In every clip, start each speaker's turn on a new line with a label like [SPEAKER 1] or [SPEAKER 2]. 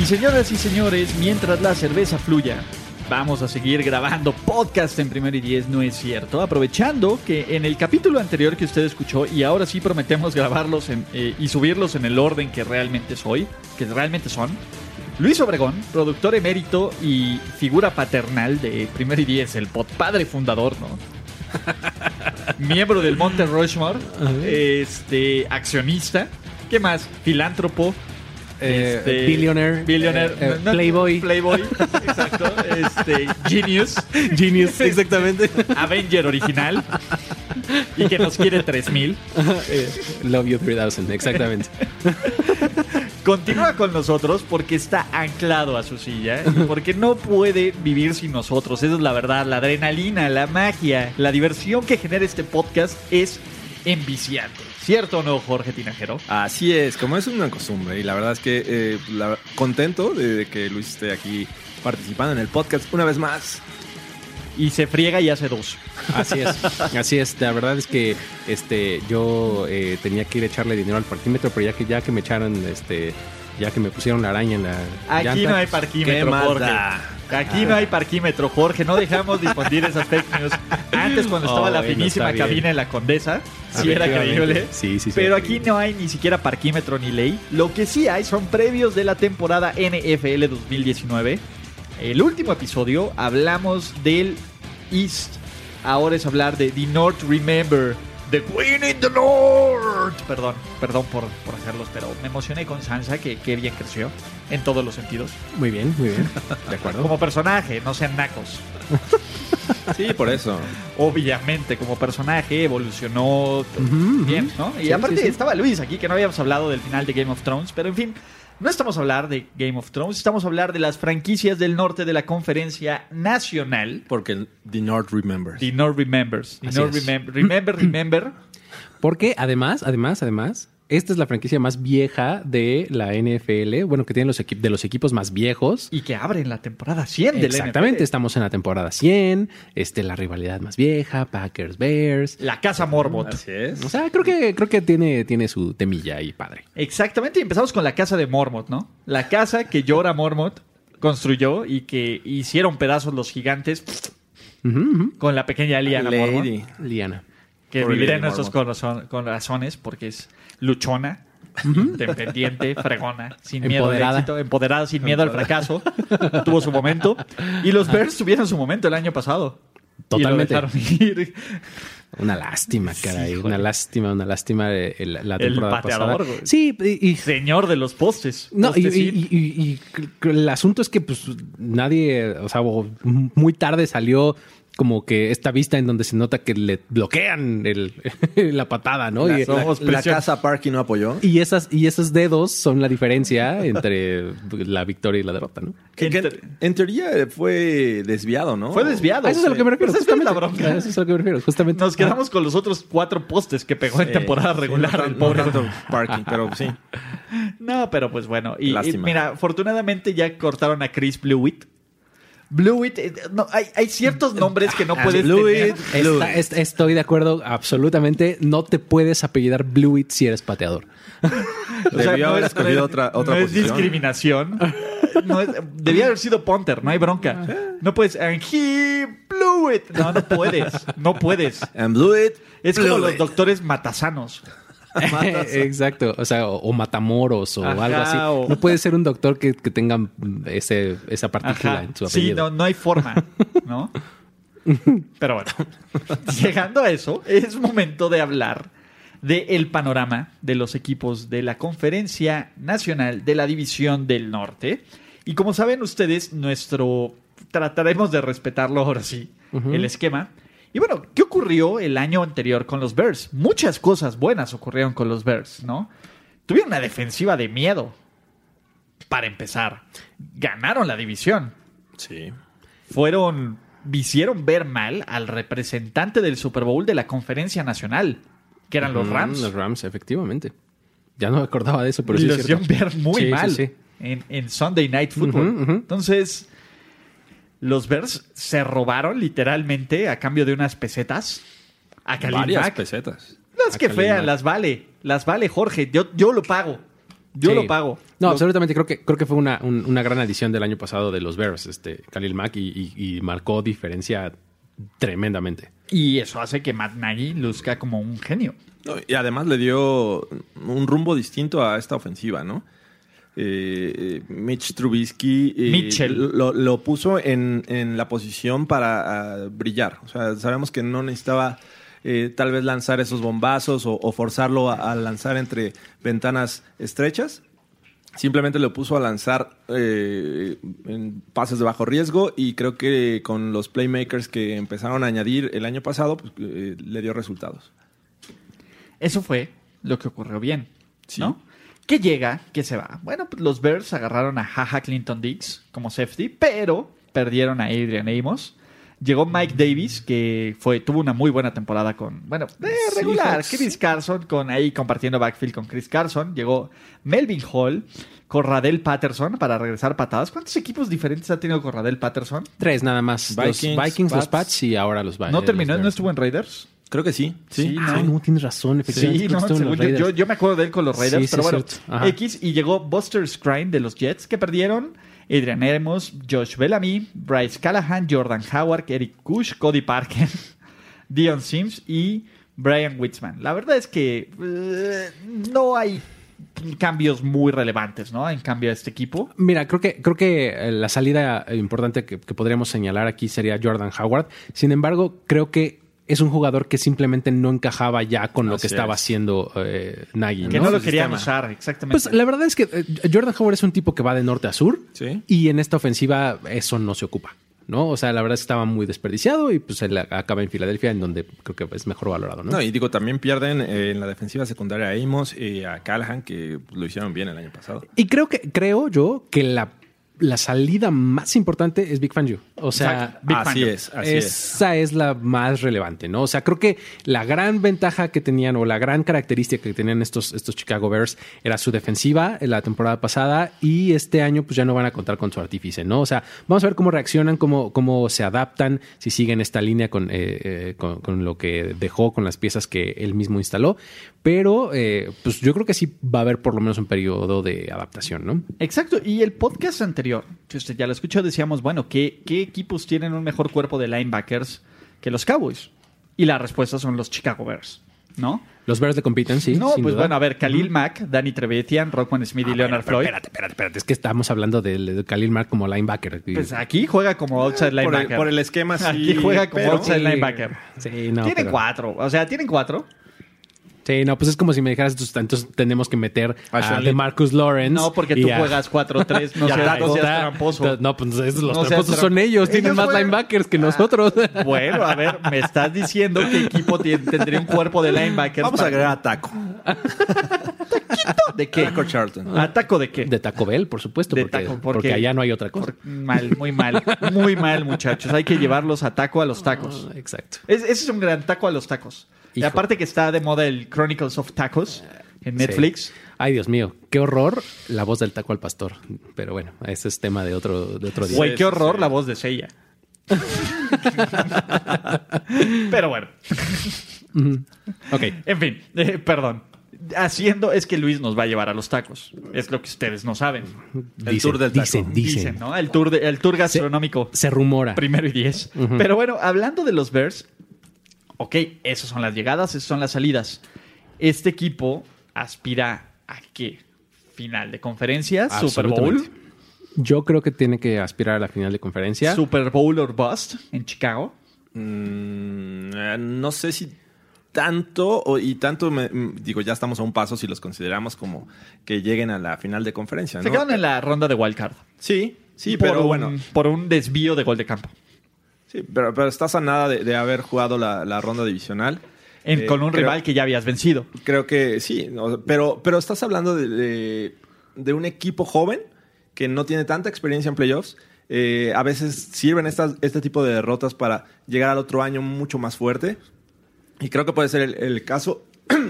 [SPEAKER 1] Y señoras y señores, mientras la cerveza fluya, vamos a seguir grabando podcast en Primero y Diez, ¿no es cierto? Aprovechando que en el capítulo anterior que usted escuchó, y ahora sí prometemos grabarlos en- eh, y subirlos en el orden que realmente soy, que realmente son, Luis Obregón, productor emérito y figura paternal de Primero y Diez, el podpadre fundador, ¿no? Miembro del Monte Rushmore, este, accionista, ¿qué más? Filántropo,
[SPEAKER 2] Eh,
[SPEAKER 1] este,
[SPEAKER 2] billionaire,
[SPEAKER 1] billionaire,
[SPEAKER 2] eh, eh,
[SPEAKER 1] no, no,
[SPEAKER 2] playboy.
[SPEAKER 1] Playboy, exacto. Este, genius,
[SPEAKER 2] Genius, exactamente.
[SPEAKER 1] Avenger original. Y que nos quiere 3000.
[SPEAKER 2] Eh, Love You 3000, exactamente.
[SPEAKER 1] Continúa con nosotros porque está anclado a su silla y porque no puede vivir sin nosotros. Esa es la verdad. La adrenalina, la magia, la diversión que genera este podcast es enviciante. ¿Cierto o no, Jorge Tinajero?
[SPEAKER 3] Así es, como es una costumbre y la verdad es que eh, la- contento de, de que Luis esté aquí participando en el podcast una vez más.
[SPEAKER 1] Y se friega y hace dos.
[SPEAKER 2] Así es, así es. La verdad es que este, yo eh, tenía que ir a echarle dinero al parquímetro, pero ya que, ya que me echaron, este, ya que me pusieron la araña en la.
[SPEAKER 1] Aquí
[SPEAKER 2] llanta,
[SPEAKER 1] no hay
[SPEAKER 2] pues,
[SPEAKER 1] parquímetro,
[SPEAKER 3] ¿qué más
[SPEAKER 1] Jorge.
[SPEAKER 3] da?
[SPEAKER 1] Aquí no hay parquímetro, Jorge. No dejamos difundir esas fake news. Antes, cuando estaba
[SPEAKER 2] Oh,
[SPEAKER 1] la
[SPEAKER 2] bueno,
[SPEAKER 1] finísima
[SPEAKER 2] está bien.
[SPEAKER 1] cabina en la Condesa, sí era
[SPEAKER 2] efectivamente.
[SPEAKER 1] creíble.
[SPEAKER 2] Sí, sí, sí.
[SPEAKER 1] Pero
[SPEAKER 2] era
[SPEAKER 1] aquí
[SPEAKER 2] creíble.
[SPEAKER 1] no hay ni siquiera parquímetro ni ley. Lo que sí hay son previos de la temporada NFL 2019. El último episodio hablamos del East. Ahora es hablar de The North Remember. The Queen in the North. Perdón, perdón por, por hacerlos, pero me emocioné con Sansa, que, que bien creció en todos los sentidos.
[SPEAKER 2] Muy bien, muy bien. De acuerdo.
[SPEAKER 1] Como personaje, no sean nacos.
[SPEAKER 3] Sí, por eso.
[SPEAKER 1] Obviamente, como personaje evolucionó
[SPEAKER 2] ujú.
[SPEAKER 1] bien, ¿no? Y
[SPEAKER 2] Sí,
[SPEAKER 1] aparte
[SPEAKER 2] sí, sí.
[SPEAKER 1] estaba Luis aquí, que no habíamos hablado del final de Game of Thrones, pero en fin, no estamos a hablar de Game of Thrones, estamos a hablar de las franquicias del norte de la conferencia nacional.
[SPEAKER 3] Porque el- The North Remembers.
[SPEAKER 1] The North Remembers. The
[SPEAKER 2] Así
[SPEAKER 1] North
[SPEAKER 2] es.
[SPEAKER 1] Remember. Remember, remember.
[SPEAKER 2] Porque además, además, además, esta es la franquicia más vieja de la NFL. Bueno, que tiene los equipos de los equipos más viejos.
[SPEAKER 1] Y que abren la temporada 100 del
[SPEAKER 2] Exactamente,
[SPEAKER 1] NFL.
[SPEAKER 2] estamos en la temporada 100, este, la rivalidad más vieja, Packers, Bears.
[SPEAKER 1] La casa Mormont.
[SPEAKER 3] Así es.
[SPEAKER 2] O sea, creo que, creo que tiene, tiene su temilla ahí, padre.
[SPEAKER 1] Exactamente, y empezamos con la casa de Mormont, ¿no? La casa que llora Mormont construyó y que hicieron pedazos los gigantes
[SPEAKER 2] Ujú, ujú.
[SPEAKER 1] con la pequeña Liana Mormont,
[SPEAKER 3] Lady.
[SPEAKER 2] Liana.
[SPEAKER 1] que
[SPEAKER 3] Pobre
[SPEAKER 1] vivirá
[SPEAKER 3] Lady
[SPEAKER 1] en nuestros
[SPEAKER 3] Mormont.
[SPEAKER 1] corazon- corazones porque es luchona, independiente, fregona, sin miedo al
[SPEAKER 2] Empoderada.
[SPEAKER 1] éxito, empoderada, sin miedo al fracaso. Tuvo su momento. Y los Bears tuvieron su momento el año pasado.
[SPEAKER 2] Totalmente.
[SPEAKER 1] Y lo dejaron ir.
[SPEAKER 2] Una lástima, caray.
[SPEAKER 1] Híjole.
[SPEAKER 2] una lástima, una lástima de, de la, la
[SPEAKER 1] El
[SPEAKER 2] temporada
[SPEAKER 1] pateador,
[SPEAKER 2] pasada.
[SPEAKER 1] güey. Este
[SPEAKER 2] Sí, y, y-
[SPEAKER 1] Señor de los postes.
[SPEAKER 2] no, y,
[SPEAKER 1] Postecín.
[SPEAKER 2] y- y- y- y el asunto es que pues nadie, o sea, o muy tarde salió como que esta vista en donde se nota que le bloquean el- la patada, ¿no?
[SPEAKER 3] La,
[SPEAKER 2] Y-
[SPEAKER 3] la-
[SPEAKER 1] somos
[SPEAKER 3] la
[SPEAKER 1] presión.
[SPEAKER 3] casa Parky no apoyó.
[SPEAKER 2] Y esas, y esos dedos son la diferencia entre la victoria y la derrota, ¿no?
[SPEAKER 3] Que- que
[SPEAKER 1] Entre-
[SPEAKER 3] en, en teoría eh, fue desviado, ¿no?
[SPEAKER 1] Fue desviado.
[SPEAKER 2] A eso es a lo que me refiero,
[SPEAKER 1] Pues esa es la
[SPEAKER 2] justamente.
[SPEAKER 1] bronca.
[SPEAKER 2] A Eso es a lo que me refiero, justamente.
[SPEAKER 1] Nos quedamos con los otros cuatro postes que pegó en
[SPEAKER 3] Ah. Sí,
[SPEAKER 1] temporada
[SPEAKER 3] Eh, sí,
[SPEAKER 1] regular
[SPEAKER 3] no tan-
[SPEAKER 1] el pobre.
[SPEAKER 3] no tanto Parky, pero sí.
[SPEAKER 1] No, pero pues bueno. Y, y
[SPEAKER 3] Lástima.
[SPEAKER 1] mira, afortunadamente ya cortaron a Chris Blewett. Blewett, eh, no, hay, hay ciertos nombres que no puedes
[SPEAKER 3] Blewett.
[SPEAKER 1] tener.
[SPEAKER 2] Está-
[SPEAKER 3] Ah, Blue.
[SPEAKER 2] est- estoy de acuerdo absolutamente. No te puedes apellidar Blewit si eres pateador.
[SPEAKER 1] O sea,
[SPEAKER 3] Debió haber
[SPEAKER 1] es- es-
[SPEAKER 3] escogido otra, otra
[SPEAKER 1] no es
[SPEAKER 3] posición.
[SPEAKER 1] discriminación. No es- debía haber sido Ponter, no hay bronca.
[SPEAKER 3] Ah.
[SPEAKER 1] No puedes. And he blew it. No, no puedes. No puedes.
[SPEAKER 3] And blew it.
[SPEAKER 1] Es como
[SPEAKER 3] blew
[SPEAKER 1] los
[SPEAKER 3] it.
[SPEAKER 1] doctores matasanos.
[SPEAKER 2] Exacto. O sea, o, o matamoros o
[SPEAKER 1] Ajá,
[SPEAKER 2] algo así.
[SPEAKER 1] o-
[SPEAKER 2] No puede ser un doctor que, que tenga mm, ese, esa partícula
[SPEAKER 1] Ajá.
[SPEAKER 2] en su
[SPEAKER 1] Sí,
[SPEAKER 2] apellido.
[SPEAKER 1] no, no hay forma, ¿no? Pero bueno, llegando a eso, es momento de hablar del panorama de los equipos de la Conferencia Nacional de la División del Norte. Y como saben ustedes, nuestro trataremos de respetarlo ahora sí, el esquema. Y bueno, ¿qué ocurrió el año anterior con los Bears? Muchas cosas buenas ocurrieron con los Bears, ¿no? Tuvieron una defensiva de miedo. para empezar, ganaron la división.
[SPEAKER 3] Sí.
[SPEAKER 1] Fueron, hicieron ver mal al representante del Super Bowl de la Conferencia Nacional, que eran los
[SPEAKER 2] Mm,
[SPEAKER 1] Rams.
[SPEAKER 2] Los Rams, efectivamente. Ya no me acordaba de eso, pero
[SPEAKER 1] y
[SPEAKER 2] sí es
[SPEAKER 1] los
[SPEAKER 2] cierto.
[SPEAKER 1] hicieron ver muy
[SPEAKER 2] Sí, sí,
[SPEAKER 1] mal
[SPEAKER 2] sí.
[SPEAKER 1] En, en Sunday Night Football.
[SPEAKER 2] Ujú, ujú.
[SPEAKER 1] Entonces, los Bears se robaron literalmente a cambio de unas pesetas a Khalil
[SPEAKER 3] Varias
[SPEAKER 1] Mack.
[SPEAKER 3] pesetas.
[SPEAKER 1] Las que
[SPEAKER 2] Khalil
[SPEAKER 1] feas,
[SPEAKER 2] Mack.
[SPEAKER 1] las vale. Las vale, Jorge. Yo, yo lo pago. Yo
[SPEAKER 2] Sí.
[SPEAKER 1] lo pago.
[SPEAKER 2] No,
[SPEAKER 1] Lo-
[SPEAKER 2] absolutamente. Creo que, creo que fue una, un- una gran adición del año pasado de los Bears, este, Khalil Mack, y, y- y marcó diferencia tremendamente.
[SPEAKER 1] Y eso hace que Matt Nagy luzca como un genio.
[SPEAKER 3] No, y además le dio un rumbo distinto a esta ofensiva, ¿no? Eh, eh, Mitch Trubisky eh,
[SPEAKER 1] Mitchell.
[SPEAKER 3] Lo, lo puso en, en la posición para ah, brillar. O sea, sabemos que no necesitaba eh, tal vez lanzar esos bombazos o, o forzarlo a, a lanzar entre ventanas estrechas. Simplemente lo puso a lanzar eh, en pases de bajo riesgo y creo que con los playmakers que empezaron a añadir el año pasado, pues, eh, le dio resultados.
[SPEAKER 1] Eso fue lo que ocurrió bien,
[SPEAKER 3] Sí.
[SPEAKER 1] ¿no? Que llega, que se va. Bueno, pues los Bears agarraron a Jaja Clinton Dix como safety, pero perdieron a Adrian Amos. Llegó Mike Davis, que fue, tuvo una muy buena temporada con, bueno, eh, regular.
[SPEAKER 3] Seahawks.
[SPEAKER 1] Chris Carson, con ahí compartiendo backfield con Chris Carson. Llegó Melvin Hall, Corradel Patterson para regresar patadas. ¿Cuántos equipos diferentes ha tenido Corradel Patterson?
[SPEAKER 2] Tres nada más.
[SPEAKER 3] Vikings,
[SPEAKER 2] los Vikings, los
[SPEAKER 3] Pats.
[SPEAKER 2] Pats y ahora los Vikings.
[SPEAKER 1] ¿No terminó? ¿No estuvo en Raiders?
[SPEAKER 3] Creo que sí.
[SPEAKER 1] Sí,
[SPEAKER 2] Ah, no, tienes razón. Efectivamente,
[SPEAKER 1] Sí,
[SPEAKER 2] creo
[SPEAKER 1] no,
[SPEAKER 2] que estuvo en
[SPEAKER 1] según
[SPEAKER 2] los
[SPEAKER 1] yo,
[SPEAKER 2] Raiders.
[SPEAKER 1] yo- yo me acuerdo de él con los
[SPEAKER 2] Sí,
[SPEAKER 1] Raiders,
[SPEAKER 2] sí,
[SPEAKER 1] pero bueno,
[SPEAKER 2] es cierto. Ajá.
[SPEAKER 1] X y llegó Buster Scrine de los Jets que perdieron. Adrian Hermos, Josh Bellamy, Bryce Callahan, Jordan Howard, Eric Kush, Cody Parker, Dion Sims y Brian Witzman. La verdad es que eh, no hay cambios muy relevantes, ¿no? En cambio a este equipo.
[SPEAKER 2] Mira, creo que, creo que eh, la salida importante que, que podríamos señalar aquí sería Jordan Howard. Sin embargo, creo que es un jugador que simplemente no encajaba ya con lo
[SPEAKER 3] Así
[SPEAKER 2] que estaba
[SPEAKER 3] es.
[SPEAKER 2] haciendo eh, Nagy.
[SPEAKER 1] Que no,
[SPEAKER 2] ¿no?
[SPEAKER 1] lo querían
[SPEAKER 3] sistema.
[SPEAKER 1] usar, exactamente.
[SPEAKER 2] Pues la verdad es que eh, Jordan Howard es un tipo que va de norte a sur
[SPEAKER 3] Sí.
[SPEAKER 2] y en esta ofensiva eso no se ocupa, ¿no? O sea, la verdad es que estaba muy desperdiciado y pues él acaba en Filadelfia en donde creo que es mejor valorado, ¿no?
[SPEAKER 3] No, y digo, también pierden eh, en la defensiva secundaria a Amos y a Callahan, que lo hicieron bien el año pasado.
[SPEAKER 2] Y creo que creo yo que la, la salida más importante es Big Fangio. O sea,
[SPEAKER 1] Exacto. Big
[SPEAKER 3] así
[SPEAKER 1] fan.
[SPEAKER 3] es, así es.
[SPEAKER 2] Esa es la más relevante, ¿no? O sea, creo que la gran ventaja que tenían o la gran característica que tenían estos, estos Chicago Bears era su defensiva en la temporada pasada y este año pues ya no van a contar con su artífice, ¿no? O sea, vamos a ver cómo reaccionan, cómo, cómo se adaptan, si siguen esta línea con, eh, eh, con, con lo que dejó, con las piezas que él mismo instaló, pero eh, pues yo creo que sí va a haber por lo menos un periodo de adaptación, ¿no?
[SPEAKER 1] Exacto, y el podcast anterior, que usted ya lo escuchó, decíamos, bueno, ¿qué, qué equipos tienen un mejor cuerpo de linebackers que los Cowboys? Y la respuesta son los Chicago Bears, ¿no?
[SPEAKER 2] Los Bears le compiten, sí.
[SPEAKER 1] no,
[SPEAKER 2] sin
[SPEAKER 1] pues
[SPEAKER 2] duda.
[SPEAKER 1] bueno, a ver, Khalil Mack, Danny Trevetian, Rockman Smith
[SPEAKER 3] Ah,
[SPEAKER 1] y Leonard
[SPEAKER 2] Pero
[SPEAKER 1] Floyd.
[SPEAKER 2] Espérate, espérate, espérate. Es que estamos hablando de, de Khalil Mack como linebacker. Y-
[SPEAKER 1] Pues aquí juega como outside
[SPEAKER 3] Ah, Por el,
[SPEAKER 1] linebacker.
[SPEAKER 3] por el esquema, sí.
[SPEAKER 1] Aquí juega como
[SPEAKER 3] pero-
[SPEAKER 1] outside
[SPEAKER 2] Sí.
[SPEAKER 1] linebacker.
[SPEAKER 2] Sí, no.
[SPEAKER 1] tienen
[SPEAKER 2] pero-
[SPEAKER 1] cuatro, o sea, tienen cuatro.
[SPEAKER 2] Sí, no, pues es como si me dijeras, entonces, entonces tenemos que meter
[SPEAKER 3] A Sean
[SPEAKER 2] a
[SPEAKER 3] Lee.
[SPEAKER 2] de Marcus Lawrence.
[SPEAKER 1] No, porque tú
[SPEAKER 2] y a-
[SPEAKER 1] juegas 4-3, no
[SPEAKER 2] y a
[SPEAKER 1] seas, no
[SPEAKER 2] Dakota.
[SPEAKER 1] seas tramposo.
[SPEAKER 2] No, pues esos- los
[SPEAKER 1] No seas
[SPEAKER 2] tramposos son
[SPEAKER 1] tramp-
[SPEAKER 2] ellos. Tienen
[SPEAKER 1] Ellos
[SPEAKER 2] más
[SPEAKER 1] juegan- Ah.
[SPEAKER 2] linebackers que nosotros.
[SPEAKER 1] Bueno, a ver, me estás diciendo que equipo ti- tendría un cuerpo de linebackers.
[SPEAKER 3] Vamos a
[SPEAKER 1] para-
[SPEAKER 3] agregar a Taco.
[SPEAKER 1] ¿De qué?
[SPEAKER 3] Taco Charlton.
[SPEAKER 1] ¿Ataco de qué?
[SPEAKER 2] De Taco Bell, por supuesto,
[SPEAKER 1] De
[SPEAKER 2] porque,
[SPEAKER 1] Taco, porque-
[SPEAKER 2] porque allá no hay otra cosa.
[SPEAKER 1] Por- mal, muy mal, muy mal, muchachos. Hay que llevarlos a taco a los tacos.
[SPEAKER 2] Ah, Exacto.
[SPEAKER 1] Es- ese es un gran taco a los tacos. Y
[SPEAKER 2] Hijo.
[SPEAKER 1] aparte que está de moda el Chronicles of Tacos en Netflix.
[SPEAKER 2] Sí. Ay, Dios mío, qué horror la voz del taco al pastor. Pero bueno, ese es tema de otro, de otro día.
[SPEAKER 1] Güey,
[SPEAKER 3] Sí,
[SPEAKER 1] qué
[SPEAKER 3] sí,
[SPEAKER 1] horror
[SPEAKER 3] sí.
[SPEAKER 1] la voz de Seiya. Pero bueno,
[SPEAKER 2] Ok.
[SPEAKER 1] en fin, eh, perdón. Haciendo es que Luis nos va a llevar a los tacos. Es lo que ustedes no saben.
[SPEAKER 2] Dicen,
[SPEAKER 3] tour del taco.
[SPEAKER 2] dicen, dicen.
[SPEAKER 1] Dicen, ¿no? El tour, de- el tour gastronómico.
[SPEAKER 2] Se rumora.
[SPEAKER 1] Primero y diez. Pero bueno, hablando de los Bears, ok, esas son las llegadas, esas son las salidas. Este equipo aspira a qué? Final de conferencia, Super Bowl,
[SPEAKER 2] Absolutamente. Yo creo que tiene que aspirar a la final de conferencia.
[SPEAKER 1] Super Bowl or Bust en Chicago.
[SPEAKER 3] Mm, eh, no sé si tanto o- y tanto me- mm, digo ya estamos a un paso si los consideramos como que lleguen a la final de conferencia
[SPEAKER 1] Se
[SPEAKER 3] ¿no?
[SPEAKER 1] quedaron en la ronda de wildcard.
[SPEAKER 3] sí sí pero
[SPEAKER 1] un,
[SPEAKER 3] bueno
[SPEAKER 1] Por un desvío de gol de campo.
[SPEAKER 3] sí pero, pero estás a nada de, de haber jugado la, la ronda divisional
[SPEAKER 1] En-
[SPEAKER 3] Eh,
[SPEAKER 1] con un
[SPEAKER 3] creo-
[SPEAKER 1] rival que ya habías vencido.
[SPEAKER 3] Creo que sí, no, pero, pero estás hablando de, de, de un equipo joven que no tiene tanta experiencia en playoffs, eh, a veces sirven estas, este tipo de derrotas para llegar al otro año mucho más fuerte. Y creo que puede ser el, el caso,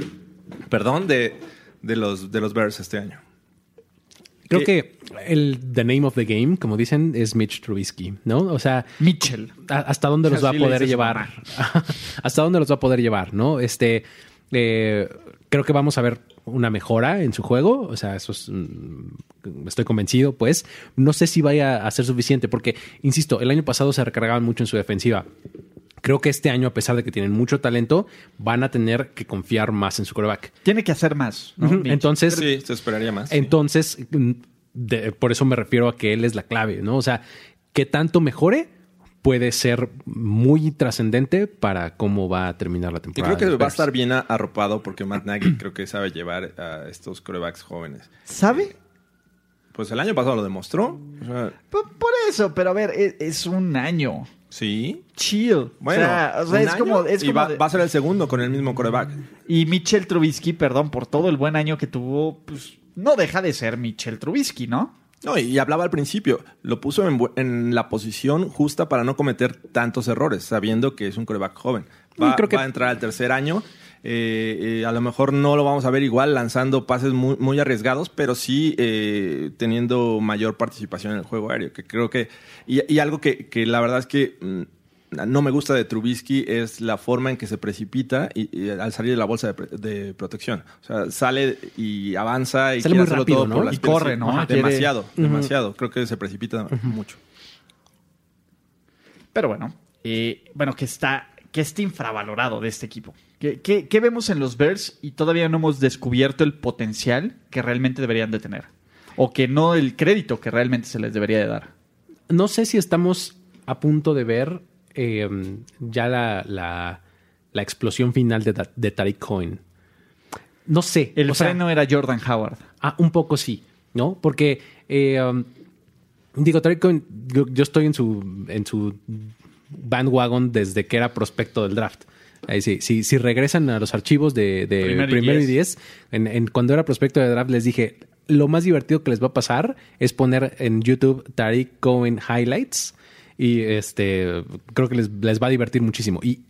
[SPEAKER 3] perdón, de, de, los, de los Bears este año.
[SPEAKER 2] Creo que el the name of the game, como dicen, es Mitch Trubisky, ¿no? O sea,
[SPEAKER 1] Mitchell.
[SPEAKER 2] a- hasta dónde los va a
[SPEAKER 1] Así le
[SPEAKER 2] poder
[SPEAKER 1] dices,
[SPEAKER 2] llevar. hasta dónde los va a poder llevar, ¿no? Este, eh, creo que vamos a ver una mejora en su juego, o sea, eso es, mm, estoy convencido, pues. No sé si vaya a ser suficiente, porque, insisto, el año pasado se recargaban mucho en su defensiva. Creo que este año, a pesar de que tienen mucho talento, van a tener que confiar más en su quarterback.
[SPEAKER 1] Tiene que hacer más. ¿no?
[SPEAKER 2] Ujú.
[SPEAKER 1] Mitch?
[SPEAKER 2] Entonces,
[SPEAKER 3] Sí, se esperaría más. sí.
[SPEAKER 2] entonces, mm, de- por eso me refiero a que él es la clave, ¿no? O sea, que tanto mejore puede ser muy trascendente para cómo va a terminar la
[SPEAKER 3] Y
[SPEAKER 2] temporada.
[SPEAKER 3] creo que
[SPEAKER 2] de los
[SPEAKER 3] va a
[SPEAKER 2] Bears.
[SPEAKER 3] estar bien a- arropado porque Matt Nagy creo que sabe llevar a estos corebacks jóvenes.
[SPEAKER 1] ¿Sabe?
[SPEAKER 3] Pues el año pasado lo demostró. O sea,
[SPEAKER 1] P- Por eso, pero a ver, e- es, un año.
[SPEAKER 3] sí.
[SPEAKER 1] Chill.
[SPEAKER 3] Bueno,
[SPEAKER 1] o sea, o sea,
[SPEAKER 3] un
[SPEAKER 1] es
[SPEAKER 3] año
[SPEAKER 1] como. es
[SPEAKER 3] y
[SPEAKER 1] como
[SPEAKER 3] va,
[SPEAKER 1] de-
[SPEAKER 3] va a ser el segundo con el mismo coreback.
[SPEAKER 1] Y Mitchell Trubisky, perdón, por todo el buen año que tuvo, pues no deja de ser Mitchell Trubisky, ¿no?
[SPEAKER 3] No, y y hablaba al principio, lo puso en, bu- en la posición justa para no cometer tantos errores, sabiendo que es un coreback joven. Va,
[SPEAKER 2] Mm, creo que-
[SPEAKER 3] va a entrar al tercer año. eh, eh, a lo mejor no lo vamos a ver igual lanzando pases muy, muy arriesgados, pero sí eh, teniendo mayor participación en el juego aéreo, que creo que... Y, y algo que, que la verdad es que mm, no me gusta de Trubisky es la forma en que se precipita y, y al salir de la bolsa de, pre- de protección. O sea, sale y avanza y
[SPEAKER 2] Sale
[SPEAKER 3] quiere
[SPEAKER 2] muy
[SPEAKER 3] hacerlo
[SPEAKER 2] rápido,
[SPEAKER 3] todo
[SPEAKER 2] ¿no?
[SPEAKER 3] por
[SPEAKER 2] Y
[SPEAKER 3] las
[SPEAKER 1] corre,
[SPEAKER 3] piernas.
[SPEAKER 1] ¿no?
[SPEAKER 3] Ajá,
[SPEAKER 1] Quiere-
[SPEAKER 3] Demasiado, demasiado. Creo que se precipita mucho.
[SPEAKER 1] Pero bueno, eh, bueno, que está, que está infravalorado de este equipo. ¿Qué, qué, qué vemos en los Bears y todavía no hemos descubierto el potencial que realmente deberían de tener? O que no el crédito que realmente se les debería de dar.
[SPEAKER 2] No sé si estamos a punto de ver eh, ya la, la- la explosión final de, Ta- de Tariq Cohen. No sé.
[SPEAKER 1] El
[SPEAKER 2] o sea,
[SPEAKER 1] freno era Jordan Howard.
[SPEAKER 2] Ah, un poco sí, ¿no? Porque, eh, um, digo, Tariq Cohen, yo, yo estoy en su, en su bandwagon desde que era prospecto del draft. Ahí sí, si, si regresan a los archivos de, de
[SPEAKER 1] Primero
[SPEAKER 2] Primero,
[SPEAKER 1] y
[SPEAKER 2] y
[SPEAKER 1] Diez.
[SPEAKER 2] Diez, en, en- cuando era prospecto del draft les dije, lo más divertido que les va a pasar es poner en YouTube Tariq Cohen Highlights y este creo que les, les va a divertir muchísimo. Y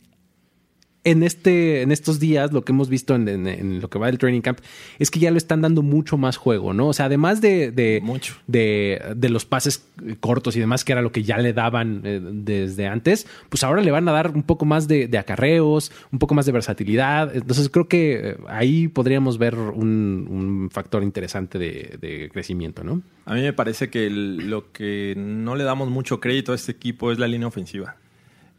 [SPEAKER 2] en, este, en estos días, lo que hemos visto en, en- en lo que va del training camp, es que ya lo están dando mucho más juego, ¿no? O sea, además de, de,
[SPEAKER 3] Mucho.
[SPEAKER 2] de, de los pases eh, cortos y demás, que era lo que ya le daban eh, desde antes, pues ahora le van a dar un poco más de, de acarreos, un poco más de versatilidad. Entonces creo que eh, ahí podríamos ver un, un factor interesante de, de crecimiento, ¿no?
[SPEAKER 3] A mí me parece que el- lo que no le damos mucho crédito a este equipo es la línea ofensiva.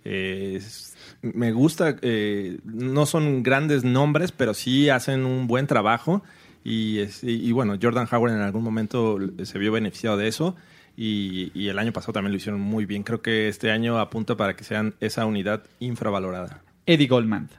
[SPEAKER 3] Eh, es- me gusta, eh, no son grandes nombres, pero sí hacen un buen trabajo. Y, es- y- y bueno, Jordan Howard en algún momento se vio beneficiado de eso. Y, y el año pasado también lo hicieron muy bien. Creo que este año apunta para que sean esa unidad infravalorada.
[SPEAKER 1] Eddie Goldman.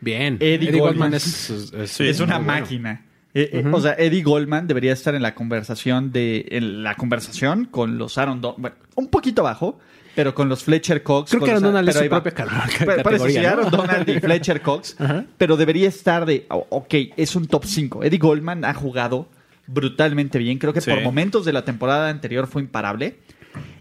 [SPEAKER 2] Bien.
[SPEAKER 1] Eddie Goldman.
[SPEAKER 2] es, es- es-
[SPEAKER 3] Sí,
[SPEAKER 1] es una
[SPEAKER 2] muy bueno.
[SPEAKER 1] máquina. Eh, eh, O sea, Eddie Goldman debería estar en la conversación de en la conversación con los Aaron Donald, un poquito bajo, pero con los Fletcher Cox.
[SPEAKER 2] Creo
[SPEAKER 1] con
[SPEAKER 2] que
[SPEAKER 1] los-
[SPEAKER 2] Aaron Donald es
[SPEAKER 1] pero
[SPEAKER 2] su
[SPEAKER 1] ahí va.
[SPEAKER 2] propia ca-
[SPEAKER 1] Pero- pero
[SPEAKER 2] categoría,
[SPEAKER 1] sí,
[SPEAKER 2] ¿no?
[SPEAKER 1] Aaron Donald y Fletcher Cox, pero debería estar de, oh, ok, es un top 5. Eddie Goldman ha jugado brutalmente bien. Creo que
[SPEAKER 3] Sí.
[SPEAKER 1] por momentos de la temporada anterior fue imparable.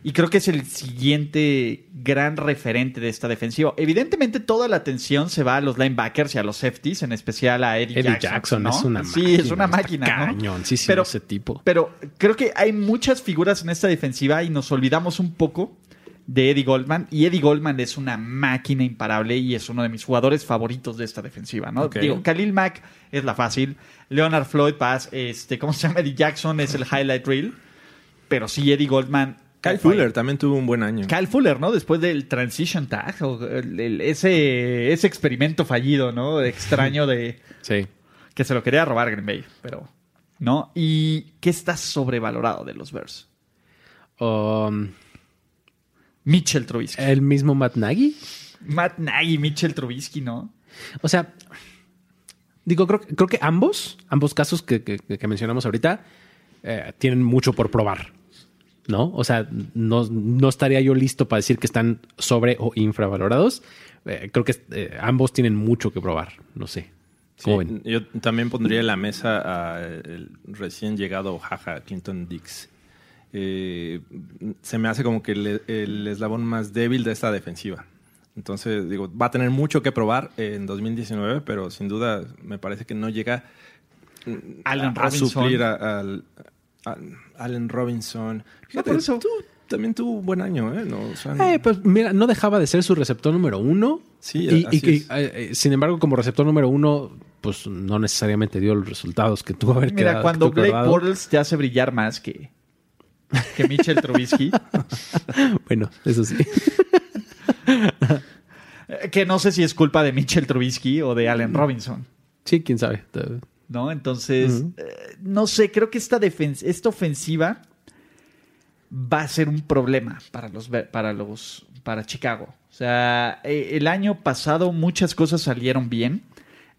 [SPEAKER 1] Y creo que es el siguiente gran referente de esta defensiva. Evidentemente, toda la atención se va a los linebackers y a los safeties, en especial a Eddie,
[SPEAKER 2] Eddie Jackson,
[SPEAKER 1] ¿no?
[SPEAKER 2] es una
[SPEAKER 1] Sí, es una máquina.
[SPEAKER 2] máquina, está
[SPEAKER 1] ¿no?
[SPEAKER 2] cañón, sí, sí,
[SPEAKER 1] pero,
[SPEAKER 2] ese tipo.
[SPEAKER 1] Pero creo que hay muchas figuras en esta defensiva y nos olvidamos un poco de Eddie Goldman. Y Eddie Goldman es una máquina imparable y es uno de mis jugadores favoritos de esta defensiva, ¿no?
[SPEAKER 3] Ok.
[SPEAKER 1] Digo, Khalil Mack es la fácil. Leonard Floyd Paz, este, ¿cómo se llama? Eddie Jackson es el highlight reel. Pero sí, Eddie Goldman.
[SPEAKER 3] Kyle
[SPEAKER 1] ojo ahí.
[SPEAKER 3] Fuller también tuvo un buen año.
[SPEAKER 1] Kyle Fuller, ¿no? Después del transition tag, o el- el- ese, ese experimento fallido, ¿no? Extraño de
[SPEAKER 2] Sí.
[SPEAKER 1] que se lo quería robar Green Bay, pero no. ¿Y qué está sobrevalorado de los Bears?
[SPEAKER 2] Um,
[SPEAKER 1] Mitchell Trubisky.
[SPEAKER 3] Eh,
[SPEAKER 2] el mismo Matt Nagy.
[SPEAKER 1] Matt Nagy, Mitchell Trubisky, ¿no?
[SPEAKER 2] O sea, digo, creo, creo que ambos, ambos casos que, que- que mencionamos ahorita, eh, tienen mucho por probar, ¿no? O sea, no, no estaría yo listo para decir que están sobre o infravalorados. Eh, creo que eh, ambos tienen mucho que probar, no sé.
[SPEAKER 3] Sí,
[SPEAKER 2] ¿Cómo ven?
[SPEAKER 3] yo también pondría en la mesa al recién llegado Jaja Clinton Dix. eh, se me hace como que el, el eslabón más débil de esta defensiva. Entonces, digo, va a tener mucho que probar en 2019, pero sin duda me parece que no llega
[SPEAKER 1] Allen
[SPEAKER 3] a, a
[SPEAKER 1] Robinson.
[SPEAKER 3] suplir a- al- al- Allen Robinson. Fíjate,
[SPEAKER 1] por eso.
[SPEAKER 3] tú también tuvo un buen año, ¿eh? No, o sea, no-
[SPEAKER 2] Eh, pues mira, no dejaba de ser su receptor número uno.
[SPEAKER 3] Sí,
[SPEAKER 2] y,
[SPEAKER 3] así
[SPEAKER 2] y que,
[SPEAKER 3] es.
[SPEAKER 2] eh, eh, sin embargo, como receptor número uno, pues no necesariamente dio los resultados que tuvo haber
[SPEAKER 1] Mira,
[SPEAKER 3] ah,
[SPEAKER 2] quedado-
[SPEAKER 1] cuando
[SPEAKER 2] que tuvo
[SPEAKER 1] Blake
[SPEAKER 2] acordado.
[SPEAKER 1] Bortles te hace brillar más que, que Mitchell Trubisky,
[SPEAKER 2] Bueno, eso sí.
[SPEAKER 1] eh, que no sé si es culpa de Mitchell Trubisky o de Allen Robinson.
[SPEAKER 2] sí, quién sabe.
[SPEAKER 1] ¿no? Entonces, eh, no sé, creo que esta, defen- esta ofensiva va a ser un problema para los Be- para los para Chicago. O sea, eh, el año pasado muchas cosas salieron bien.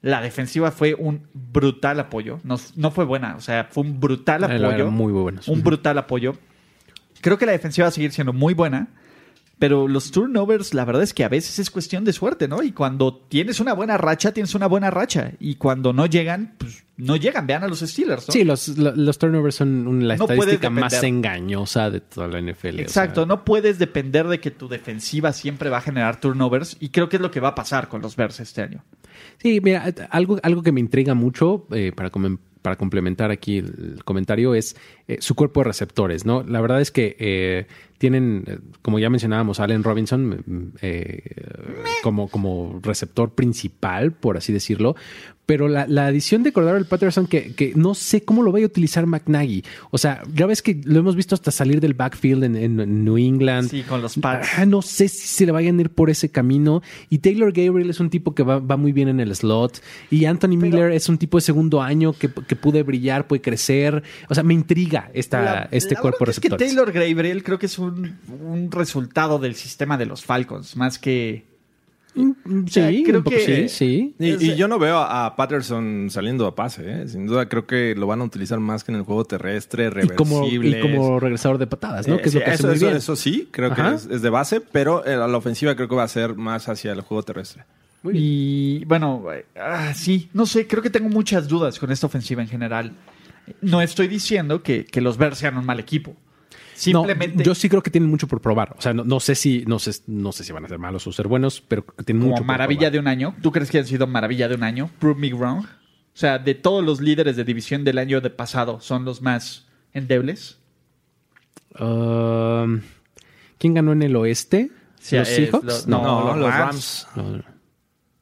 [SPEAKER 1] La defensiva fue un brutal apoyo. No, no fue buena, o sea, fue un brutal
[SPEAKER 2] Eh, la
[SPEAKER 1] apoyo.
[SPEAKER 2] verdad, muy buenos.
[SPEAKER 1] Un brutal apoyo. Creo que la defensiva va a seguir siendo muy buena. Pero los turnovers, la verdad es que a veces es cuestión de suerte, ¿no? Y cuando tienes una buena racha, tienes una buena racha. Y cuando no llegan, pues no llegan. Vean a los Steelers, ¿no?
[SPEAKER 2] Sí, los, lo- los turnovers son un- la
[SPEAKER 1] No puedes
[SPEAKER 2] estadística más
[SPEAKER 1] depender.
[SPEAKER 2] engañosa de toda la NFL. o
[SPEAKER 1] Exacto,
[SPEAKER 2] sea.
[SPEAKER 1] no puedes depender de que tu defensiva siempre va a generar turnovers. Y creo que es lo que va a pasar con los Bears este año.
[SPEAKER 2] Sí, mira, eh, algo, algo que me intriga mucho eh, para, comen- para complementar aquí el el comentario es eh, su cuerpo de receptores, ¿no? La verdad es que eh, tienen, eh, como ya mencionábamos, Allen Robinson mm, eh, como, como receptor principal, por así decirlo, pero la, la adición de Cordero Patterson, que, que no sé cómo lo vaya a utilizar McNaghy. O sea, ya ves que lo hemos visto hasta salir del backfield en, en- en New England.
[SPEAKER 1] Sí, con los Pats.
[SPEAKER 2] Ah, no sé si se le vayan a ir por ese camino. Y Taylor Gabriel es un tipo que va, va muy bien en el slot. Y Anthony Miller es un tipo de segundo año que, que puede brillar, puede crecer. O sea, me intriga esta,
[SPEAKER 1] La-
[SPEAKER 2] este
[SPEAKER 1] la
[SPEAKER 2] cuerpo
[SPEAKER 1] verdad es
[SPEAKER 2] receptor.
[SPEAKER 1] que Taylor Gabriel creo que es un, un resultado del sistema de los Falcons, más que...
[SPEAKER 2] Mm, Sí,
[SPEAKER 1] sea, creo
[SPEAKER 2] un poco
[SPEAKER 1] que-
[SPEAKER 2] sí, sí.
[SPEAKER 3] Y,
[SPEAKER 1] Ese-
[SPEAKER 3] y yo no veo a, a Patterson saliendo a pase, ¿eh? sin duda creo que lo van a utilizar más que en el juego terrestre,
[SPEAKER 2] Y como, y
[SPEAKER 3] reversible. Eh,
[SPEAKER 2] como regresador de patadas,
[SPEAKER 1] Eh,
[SPEAKER 2] ¿no? que es lo que hace
[SPEAKER 3] eso,
[SPEAKER 2] muy
[SPEAKER 3] eso-
[SPEAKER 2] bien.
[SPEAKER 3] eso sí, creo
[SPEAKER 2] Ajá.
[SPEAKER 3] que es, es de base, pero eh, la ofensiva creo que va a ser más hacia el juego terrestre.
[SPEAKER 1] Y bueno, eh, ah, sí, no sé, creo que tengo muchas dudas con esta ofensiva en general. No estoy diciendo que, que los Bears sean un mal equipo.
[SPEAKER 2] No,
[SPEAKER 1] Simplemente
[SPEAKER 2] yo sí creo que tienen mucho por probar. O sea, no, no sé si no sé, no sé si van a ser malos o ser buenos, pero creo que tienen
[SPEAKER 1] como
[SPEAKER 2] mucho
[SPEAKER 1] maravilla
[SPEAKER 2] por probar.
[SPEAKER 1] de un año. ¿Tú crees que han sido maravilla de un año? Prove me wrong. O sea, de todos los líderes de división del año de pasado, ¿son los más endebles?
[SPEAKER 2] Um, ¿Quién ganó en el oeste?
[SPEAKER 1] Sí,
[SPEAKER 2] ¿Los
[SPEAKER 1] es-
[SPEAKER 2] Seahawks?
[SPEAKER 1] los- No, los
[SPEAKER 3] Rams.
[SPEAKER 2] No.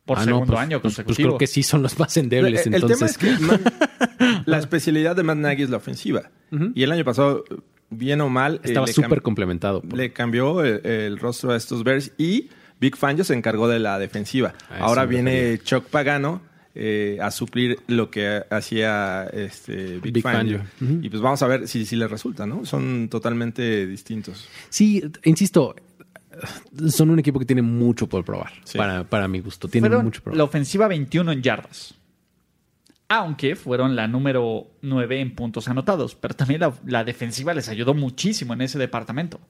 [SPEAKER 1] Por
[SPEAKER 2] Ah, no,
[SPEAKER 1] segundo
[SPEAKER 2] pues-
[SPEAKER 1] año
[SPEAKER 2] pues-
[SPEAKER 1] consecutivo.
[SPEAKER 2] Pues, creo que sí son los más endebles.
[SPEAKER 3] Eh, el, el
[SPEAKER 2] entonces,
[SPEAKER 3] tema es que Matt- la especialidad de Matt Nagy es la ofensiva. Y el año pasado, bien o mal, eh,
[SPEAKER 2] estaba
[SPEAKER 3] le cam-
[SPEAKER 2] súper complementado. por-
[SPEAKER 3] le cambió el, el rostro a estos Bears y Big Fangio se encargó de la defensiva.
[SPEAKER 2] A eso
[SPEAKER 3] Ahora
[SPEAKER 2] me
[SPEAKER 3] viene Chuck Pagano eh, a suplir lo que hacía este Big,
[SPEAKER 2] Big
[SPEAKER 3] Fangio.
[SPEAKER 2] Fangio. Ujú.
[SPEAKER 3] Y pues vamos a ver si, si les resulta, ¿no? Son totalmente distintos.
[SPEAKER 2] Sí, insisto, son un equipo que tiene mucho por probar.
[SPEAKER 3] Sí.
[SPEAKER 2] Para, para mi gusto, tiene
[SPEAKER 1] fueron
[SPEAKER 2] mucho por
[SPEAKER 1] la
[SPEAKER 2] probar.
[SPEAKER 1] ofensiva 21 en yardas. Aunque fueron la número 9 en puntos anotados. Pero también la, la defensiva les ayudó muchísimo en ese departamento.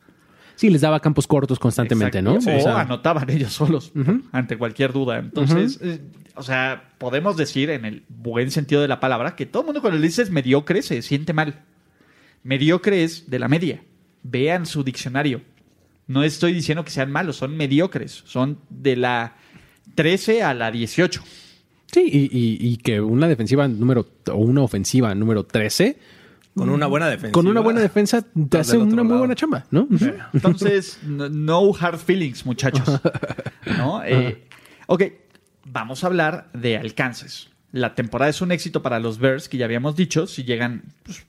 [SPEAKER 2] Sí, les daba campos cortos constantemente, ¿no?
[SPEAKER 1] Exacto. O ah,
[SPEAKER 2] O sea,
[SPEAKER 1] anotaban ellos solos ante cualquier duda. Entonces, eh, o sea, podemos decir en el buen sentido de la palabra que todo el mundo cuando le dices mediocre se siente mal. Mediocre es de la media. Vean su diccionario. No estoy diciendo que sean malos, son mediocres. Son de la 13 a la 18.
[SPEAKER 2] Sí, y, y- y que una defensiva número o una ofensiva número 13
[SPEAKER 3] Con una buena defensa.
[SPEAKER 2] con una buena defensa te
[SPEAKER 3] del
[SPEAKER 2] hace
[SPEAKER 3] otro
[SPEAKER 2] una muy
[SPEAKER 3] lado.
[SPEAKER 2] buena chamba, ¿no?
[SPEAKER 1] Entonces, no, no hard feelings, muchachos. ¿No? Eh, ok, vamos a hablar de alcances. La temporada es un éxito para los Bears, que ya habíamos dicho, si llegan pues,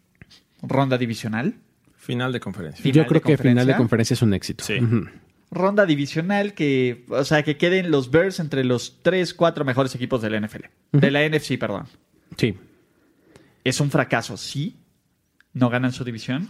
[SPEAKER 1] ronda divisional.
[SPEAKER 3] Final de conferencia.
[SPEAKER 1] Final
[SPEAKER 2] Yo creo
[SPEAKER 1] de
[SPEAKER 2] que final de
[SPEAKER 1] conferencia.
[SPEAKER 2] conferencia es un éxito.
[SPEAKER 3] Sí.
[SPEAKER 2] Ujú.
[SPEAKER 1] Ronda divisional que, o sea, que queden los Bears entre los 3, 4 mejores equipos de la NFL. De la NFC, perdón.
[SPEAKER 2] Sí.
[SPEAKER 1] Es un fracaso, sí. No ganan su división.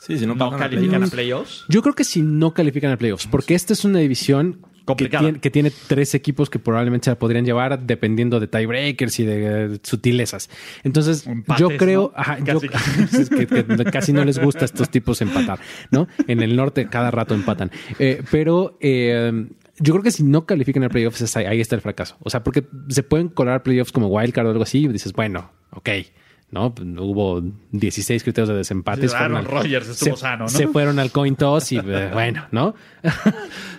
[SPEAKER 3] Sí, si
[SPEAKER 1] No,
[SPEAKER 3] no, pasan a
[SPEAKER 1] califican a
[SPEAKER 3] playoffs.
[SPEAKER 1] playoffs.
[SPEAKER 2] Yo creo que si no califican a playoffs, porque esta es una división que
[SPEAKER 1] Complicada.
[SPEAKER 2] tiene, que tiene tres equipos que probablemente se la podrían llevar dependiendo de tiebreakers y de eh, sutilezas. Entonces,
[SPEAKER 1] Empates,
[SPEAKER 2] yo creo
[SPEAKER 1] ¿no?
[SPEAKER 2] ajá, yo-
[SPEAKER 1] Casi.
[SPEAKER 2] es que- que casi no les gusta a estos tipos empatar, ¿no? En el norte cada rato empatan. Eh, pero eh, yo creo que si no califican a playoffs, es ahí, ahí está el fracaso. O sea, porque se pueden colar a playoffs como wildcard o algo así y dices, bueno, ok. ¿no? Pues, Hubo 16 criterios de desempate.
[SPEAKER 1] Sí, Aaron Rodgers Ah, estuvo sano, Ah, ¿no?
[SPEAKER 2] Se fueron al coin toss y eh, bueno, ¿no?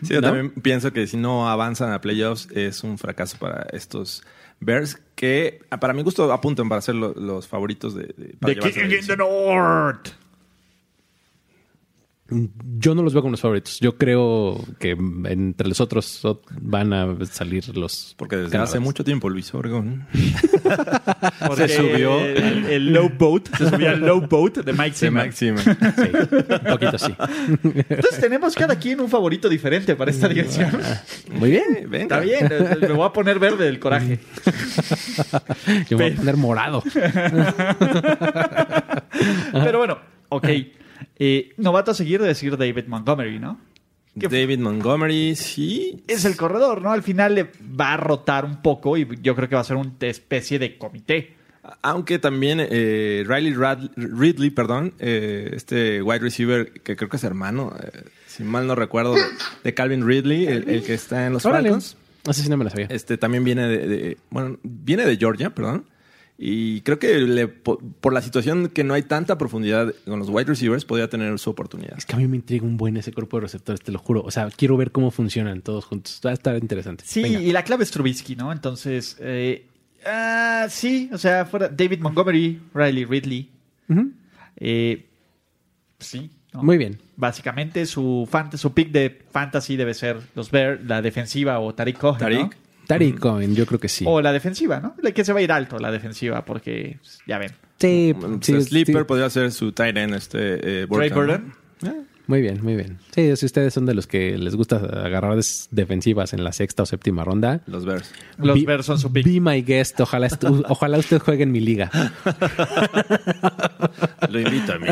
[SPEAKER 3] Sí, yo
[SPEAKER 2] ¿No?
[SPEAKER 3] también pienso que si no avanzan a playoffs es un fracaso para estos Bears que, ah, para mi gusto, apuntan para ser lo- los favoritos de, de- para
[SPEAKER 1] The
[SPEAKER 3] llevarse la
[SPEAKER 1] King in the
[SPEAKER 3] división.
[SPEAKER 1] North.
[SPEAKER 2] Yo no los veo como los favoritos. Yo creo que entre los otros ot- van a salir los.
[SPEAKER 3] Porque desde
[SPEAKER 2] ganadores.
[SPEAKER 3] hace mucho tiempo Luis Obregón
[SPEAKER 1] Porque
[SPEAKER 3] subió.
[SPEAKER 1] el, el low boat, se subió al low boat de Mike
[SPEAKER 3] de
[SPEAKER 1] Zimmer.
[SPEAKER 3] Mike Zimmer.
[SPEAKER 2] Sí, un poquito sí.
[SPEAKER 1] Entonces tenemos cada quien un favorito diferente para esta diversión.
[SPEAKER 2] Muy bien.
[SPEAKER 3] Eh,
[SPEAKER 1] Está
[SPEAKER 3] venga.
[SPEAKER 1] bien, eh, me voy a poner verde del coraje.
[SPEAKER 2] Yo me voy a poner morado.
[SPEAKER 3] Pues,
[SPEAKER 1] Pero bueno, ok. Eh, no va a seguir de decir David Montgomery, ¿no?
[SPEAKER 3] David Montgomery, sí.
[SPEAKER 1] Es el corredor, ¿no? Al final le va a rotar un poco y yo creo que va a ser una especie de comité.
[SPEAKER 3] Aunque también eh, Riley Rad- Ridley, perdón, eh, este wide receiver que creo que es hermano, eh, si mal no recuerdo, de Calvin Ridley, el, el que está en los
[SPEAKER 2] Órale.
[SPEAKER 3] Falcons.
[SPEAKER 2] Así sí no me la sabía.
[SPEAKER 3] Este también viene de, de- bueno, viene de Georgia, perdón. Y creo que le- po- por, la situación que no hay tanta profundidad con los wide receivers, podría tener su oportunidad.
[SPEAKER 2] Es que a mí me intriga un buen ese cuerpo de receptores, te lo juro. O sea, quiero ver cómo funcionan todos juntos. Va a estar interesante.
[SPEAKER 1] Sí,
[SPEAKER 2] Venga.
[SPEAKER 1] y la clave es Trubisky, ¿no? Entonces, eh, ah, sí, o sea, fuera David Montgomery, Riley Ridley.
[SPEAKER 2] Ujú.
[SPEAKER 1] eh, sí. ¿no?
[SPEAKER 2] Muy bien.
[SPEAKER 1] Básicamente su, fant- su pick de fantasy debe ser los Bears, la defensiva o Tariq Cohen, ¿no?
[SPEAKER 3] Tariq.
[SPEAKER 2] Tariq
[SPEAKER 3] Mm.
[SPEAKER 2] Cohen, yo creo que sí.
[SPEAKER 1] O la defensiva, ¿no? La que se va a ir alto, la defensiva, porque pues, ya ven.
[SPEAKER 2] Sí,
[SPEAKER 3] Bueno,
[SPEAKER 2] sí,
[SPEAKER 3] pues, Sleeper
[SPEAKER 2] sí.
[SPEAKER 3] podría ser su tight end, este eh,
[SPEAKER 1] Trey
[SPEAKER 3] Burton,
[SPEAKER 1] Burton.
[SPEAKER 3] ¿no? Eh,
[SPEAKER 2] Muy bien, muy bien. Sí, si ustedes son de los que les gusta agarrar des- defensivas en la sexta o séptima ronda.
[SPEAKER 3] los Bears.
[SPEAKER 1] Los
[SPEAKER 2] Be-
[SPEAKER 1] Bears son su pick.
[SPEAKER 2] Be my guest. Ojalá, estu- ojalá usted juegue en mi liga.
[SPEAKER 3] Lo invito a mí.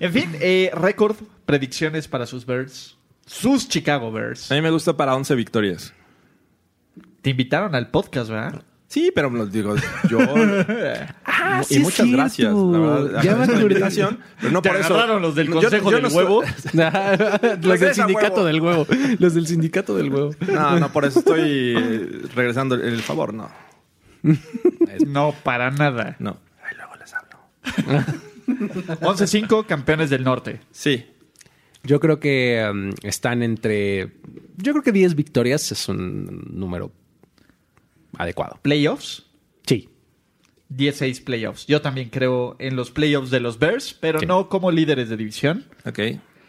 [SPEAKER 1] En fin, eh, récord, predicciones para sus Bears. Sus Chicago Bears.
[SPEAKER 3] A mí me gusta para 11 victorias.
[SPEAKER 1] Te invitaron al podcast, ¿verdad?
[SPEAKER 3] Sí, pero los digo, yo.
[SPEAKER 2] Ah,
[SPEAKER 3] y muchas gracias, la verdad.
[SPEAKER 2] Ya
[SPEAKER 3] agradezco
[SPEAKER 2] van
[SPEAKER 3] la
[SPEAKER 2] a
[SPEAKER 3] invitación, pero no
[SPEAKER 1] Te
[SPEAKER 3] por eso.
[SPEAKER 1] agarraron los del
[SPEAKER 3] Yo-
[SPEAKER 1] Consejo
[SPEAKER 3] yo
[SPEAKER 1] del
[SPEAKER 3] no-
[SPEAKER 1] Huevo.
[SPEAKER 2] Los del
[SPEAKER 3] Regresa,
[SPEAKER 2] sindicato
[SPEAKER 3] huevo.
[SPEAKER 2] del huevo. Los del sindicato del huevo.
[SPEAKER 3] No, no por eso estoy eh, regresando el favor, no.
[SPEAKER 1] No, para nada.
[SPEAKER 3] No. Ahí luego les hablo.
[SPEAKER 1] 11-5, campeones del norte.
[SPEAKER 3] Sí.
[SPEAKER 2] Yo creo que um, están entre. Yo creo que 10 victorias es un número adecuado.
[SPEAKER 1] Playoffs,
[SPEAKER 2] Sí.
[SPEAKER 1] 16 playoffs. Yo también creo en los playoffs de los Bears, pero
[SPEAKER 2] Sí.
[SPEAKER 1] no como líderes de división.
[SPEAKER 3] Ok.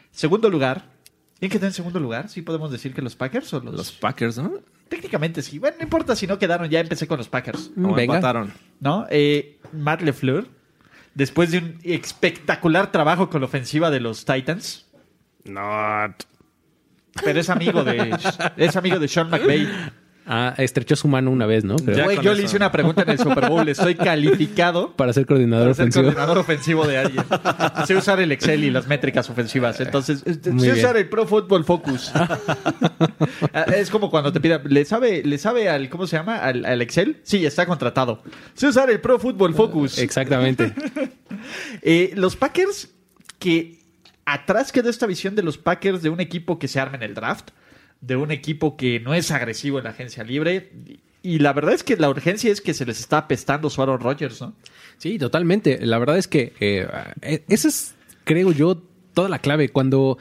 [SPEAKER 1] Segundo lugar. ¿Quién quedó en segundo lugar? Sí podemos decir que los Packers o los...
[SPEAKER 3] Los Packers, ¿no?
[SPEAKER 1] Técnicamente sí. Bueno, no importa si no quedaron. Ya empecé con los Packers.
[SPEAKER 3] No,
[SPEAKER 2] Mm, Venga.
[SPEAKER 3] empataron.
[SPEAKER 1] ¿No? Eh, Matt LeFleur, después de un espectacular trabajo con la ofensiva de los Titans. No. Pero es amigo de... es amigo de Sean McVay.
[SPEAKER 2] Ah, estrechó su mano una vez, ¿no? Creo.
[SPEAKER 3] Ya
[SPEAKER 1] Güey,
[SPEAKER 3] con
[SPEAKER 1] yo le
[SPEAKER 3] eso.
[SPEAKER 1] hice una pregunta en el Super Bowl. Estoy calificado
[SPEAKER 2] Para ser coordinador
[SPEAKER 1] para ser
[SPEAKER 2] ofensivo.
[SPEAKER 1] coordinador ofensivo de alguien. Sé usar el Excel y las métricas ofensivas. Entonces, este,
[SPEAKER 2] Eh, Muy
[SPEAKER 1] sé
[SPEAKER 2] bien.
[SPEAKER 1] usar el Pro Football Focus. Ah, es como cuando te pida, ¿le sabe, le sabe al, ¿cómo se llama? Al, al Excel. Sí, está contratado. Sé usar el Pro Football Focus.
[SPEAKER 2] Exactamente.
[SPEAKER 1] Eh, los Packers, que atrás quedó esta visión de los Packers de un equipo que se arma en el draft, de un equipo que no es agresivo en la agencia libre. Y la verdad es que la urgencia es que se les está apestando su Aaron Rodgers, ¿no?
[SPEAKER 2] Sí, totalmente. La verdad es que eh, eh, esa es, creo yo, toda la clave. Cuando,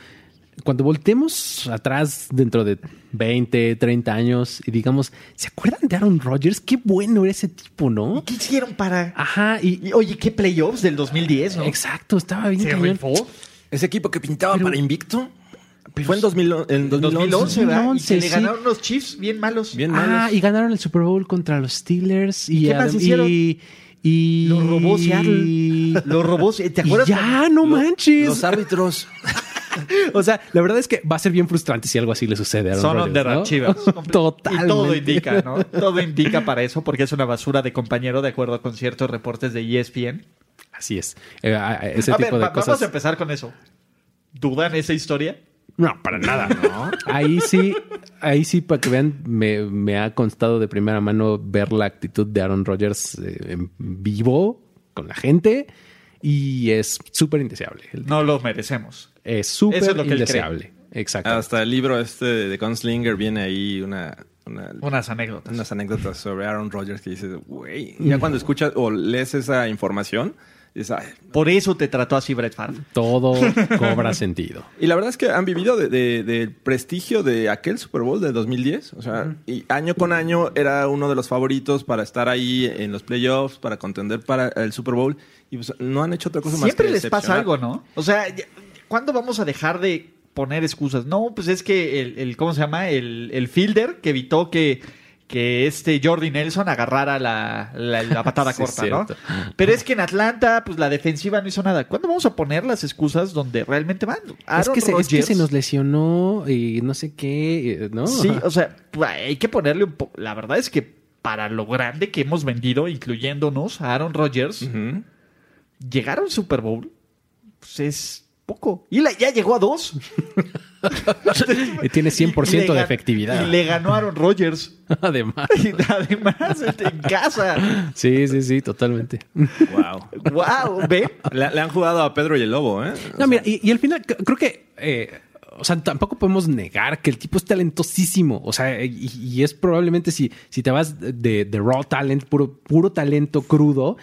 [SPEAKER 2] cuando voltemos atrás dentro de 20, 30 años y digamos, ¿se acuerdan de Aaron Rodgers? Qué bueno era ese tipo,
[SPEAKER 1] ¿Y
[SPEAKER 2] ¿no?
[SPEAKER 1] qué hicieron para...?
[SPEAKER 2] Ajá, y...
[SPEAKER 1] Y, oye, ¿qué playoffs del 2010, no?
[SPEAKER 2] Exacto, estaba bien
[SPEAKER 1] Se
[SPEAKER 2] cañón.
[SPEAKER 1] rifó.
[SPEAKER 3] Ese equipo que pintaba para invicto. fue en, 2000, en 2011.
[SPEAKER 1] 2011, ¿verdad? y
[SPEAKER 2] 2011,
[SPEAKER 1] que le
[SPEAKER 2] sí.
[SPEAKER 1] ganaron los Chiefs bien malos.
[SPEAKER 3] Bien
[SPEAKER 2] Ah,
[SPEAKER 3] malos.
[SPEAKER 2] y ganaron el Super Bowl contra los Steelers y
[SPEAKER 1] ¿Qué más
[SPEAKER 2] Adam-
[SPEAKER 1] hicieron?
[SPEAKER 2] y, y-
[SPEAKER 1] Lo robó
[SPEAKER 2] y-
[SPEAKER 1] Seattle. Lo robó... ¿Te acuerdas?
[SPEAKER 2] y
[SPEAKER 1] cuando-
[SPEAKER 2] ya, no manches.
[SPEAKER 3] Los árbitros.
[SPEAKER 2] O sea, la verdad es que va a ser bien frustrante si algo así le sucede a Aaron
[SPEAKER 1] Son
[SPEAKER 2] Rodgers,
[SPEAKER 1] under
[SPEAKER 2] ¿no?
[SPEAKER 1] Chivas.
[SPEAKER 2] Totalmente.
[SPEAKER 1] Y todo indica, ¿no? Todo indica para eso, porque es una basura de compañero de acuerdo con ciertos reportes de E ESPN.
[SPEAKER 2] Así es. Eh, a- a- ese
[SPEAKER 1] a
[SPEAKER 2] tipo
[SPEAKER 1] ver,
[SPEAKER 2] de
[SPEAKER 1] va-
[SPEAKER 2] cosas.
[SPEAKER 1] vamos a empezar con eso. ¿Dudan esa historia?
[SPEAKER 2] No, para nada, ¿no? Ahí sí, ahí sí, para que vean, me, me ha constado de primera mano ver la actitud de Aaron Rodgers eh, en vivo con la gente y es súper indeseable.
[SPEAKER 1] No lo merecemos.
[SPEAKER 2] Es súper
[SPEAKER 1] Eso es lo que él Ah,
[SPEAKER 2] indeseable. Exacto.
[SPEAKER 3] Hasta el libro este de Gunslinger viene ahí una, una-
[SPEAKER 1] Unas anécdotas.
[SPEAKER 3] unas anécdotas sobre Aaron Rodgers que dices, güey, ya cuando escuchas o lees esa información, dices, "Ay".
[SPEAKER 1] Por eso te trató así Brett Favre.
[SPEAKER 2] Todo cobra sentido.
[SPEAKER 3] Y la verdad es que han vivido de- de- del prestigio de aquel Super Bowl de 2010. O sea, y año con año era uno de los favoritos para estar ahí en los playoffs, para contender para el Super Bowl. Y pues no han hecho otra cosa más que
[SPEAKER 1] Siempre les pasa
[SPEAKER 3] decepcionar.
[SPEAKER 1] algo, ¿no? O sea, ya- ¿cuándo vamos a dejar de poner excusas? No, pues es que el, el- ¿cómo se llama? El, el fielder que evitó que, que este Jordi Nelson agarrara la, la- la patada
[SPEAKER 2] Sí, es
[SPEAKER 1] corta, ¿no?
[SPEAKER 2] cierto.
[SPEAKER 1] Pero es que en Atlanta, pues la defensiva no hizo nada. ¿Cuándo vamos a poner las excusas donde realmente van?
[SPEAKER 2] es,
[SPEAKER 1] Aaron
[SPEAKER 2] que se, es que
[SPEAKER 1] Rodgers-
[SPEAKER 2] se nos lesionó y no sé qué, eh, ¿no?
[SPEAKER 1] Sí,
[SPEAKER 2] Ajá.
[SPEAKER 1] o sea, pues, hay que ponerle un poco. La verdad es que para lo grande que hemos vendido, incluyéndonos a Aaron Rodgers,
[SPEAKER 3] Ujú.
[SPEAKER 1] llegar a un Super Bowl pues es poco. Y la- ya llegó a dos.
[SPEAKER 2] Y tiene 100%
[SPEAKER 1] Y le
[SPEAKER 2] de
[SPEAKER 1] gan-
[SPEAKER 2] efectividad.
[SPEAKER 1] Y le ganó a Aaron Rodgers.
[SPEAKER 2] Además.
[SPEAKER 1] Y además, este, en casa.
[SPEAKER 2] Sí, sí, sí, totalmente.
[SPEAKER 3] Wow.
[SPEAKER 1] ¡Wow! ¿Ven?
[SPEAKER 3] Le, le han jugado a Pedro y el Lobo, ¿eh?
[SPEAKER 2] No, mira, y, y al final c- creo que, eh, o sea, tampoco podemos negar que el tipo es talentosísimo. O sea, y, y es probablemente si, si te vas de, de raw talent, puro, puro talento crudo,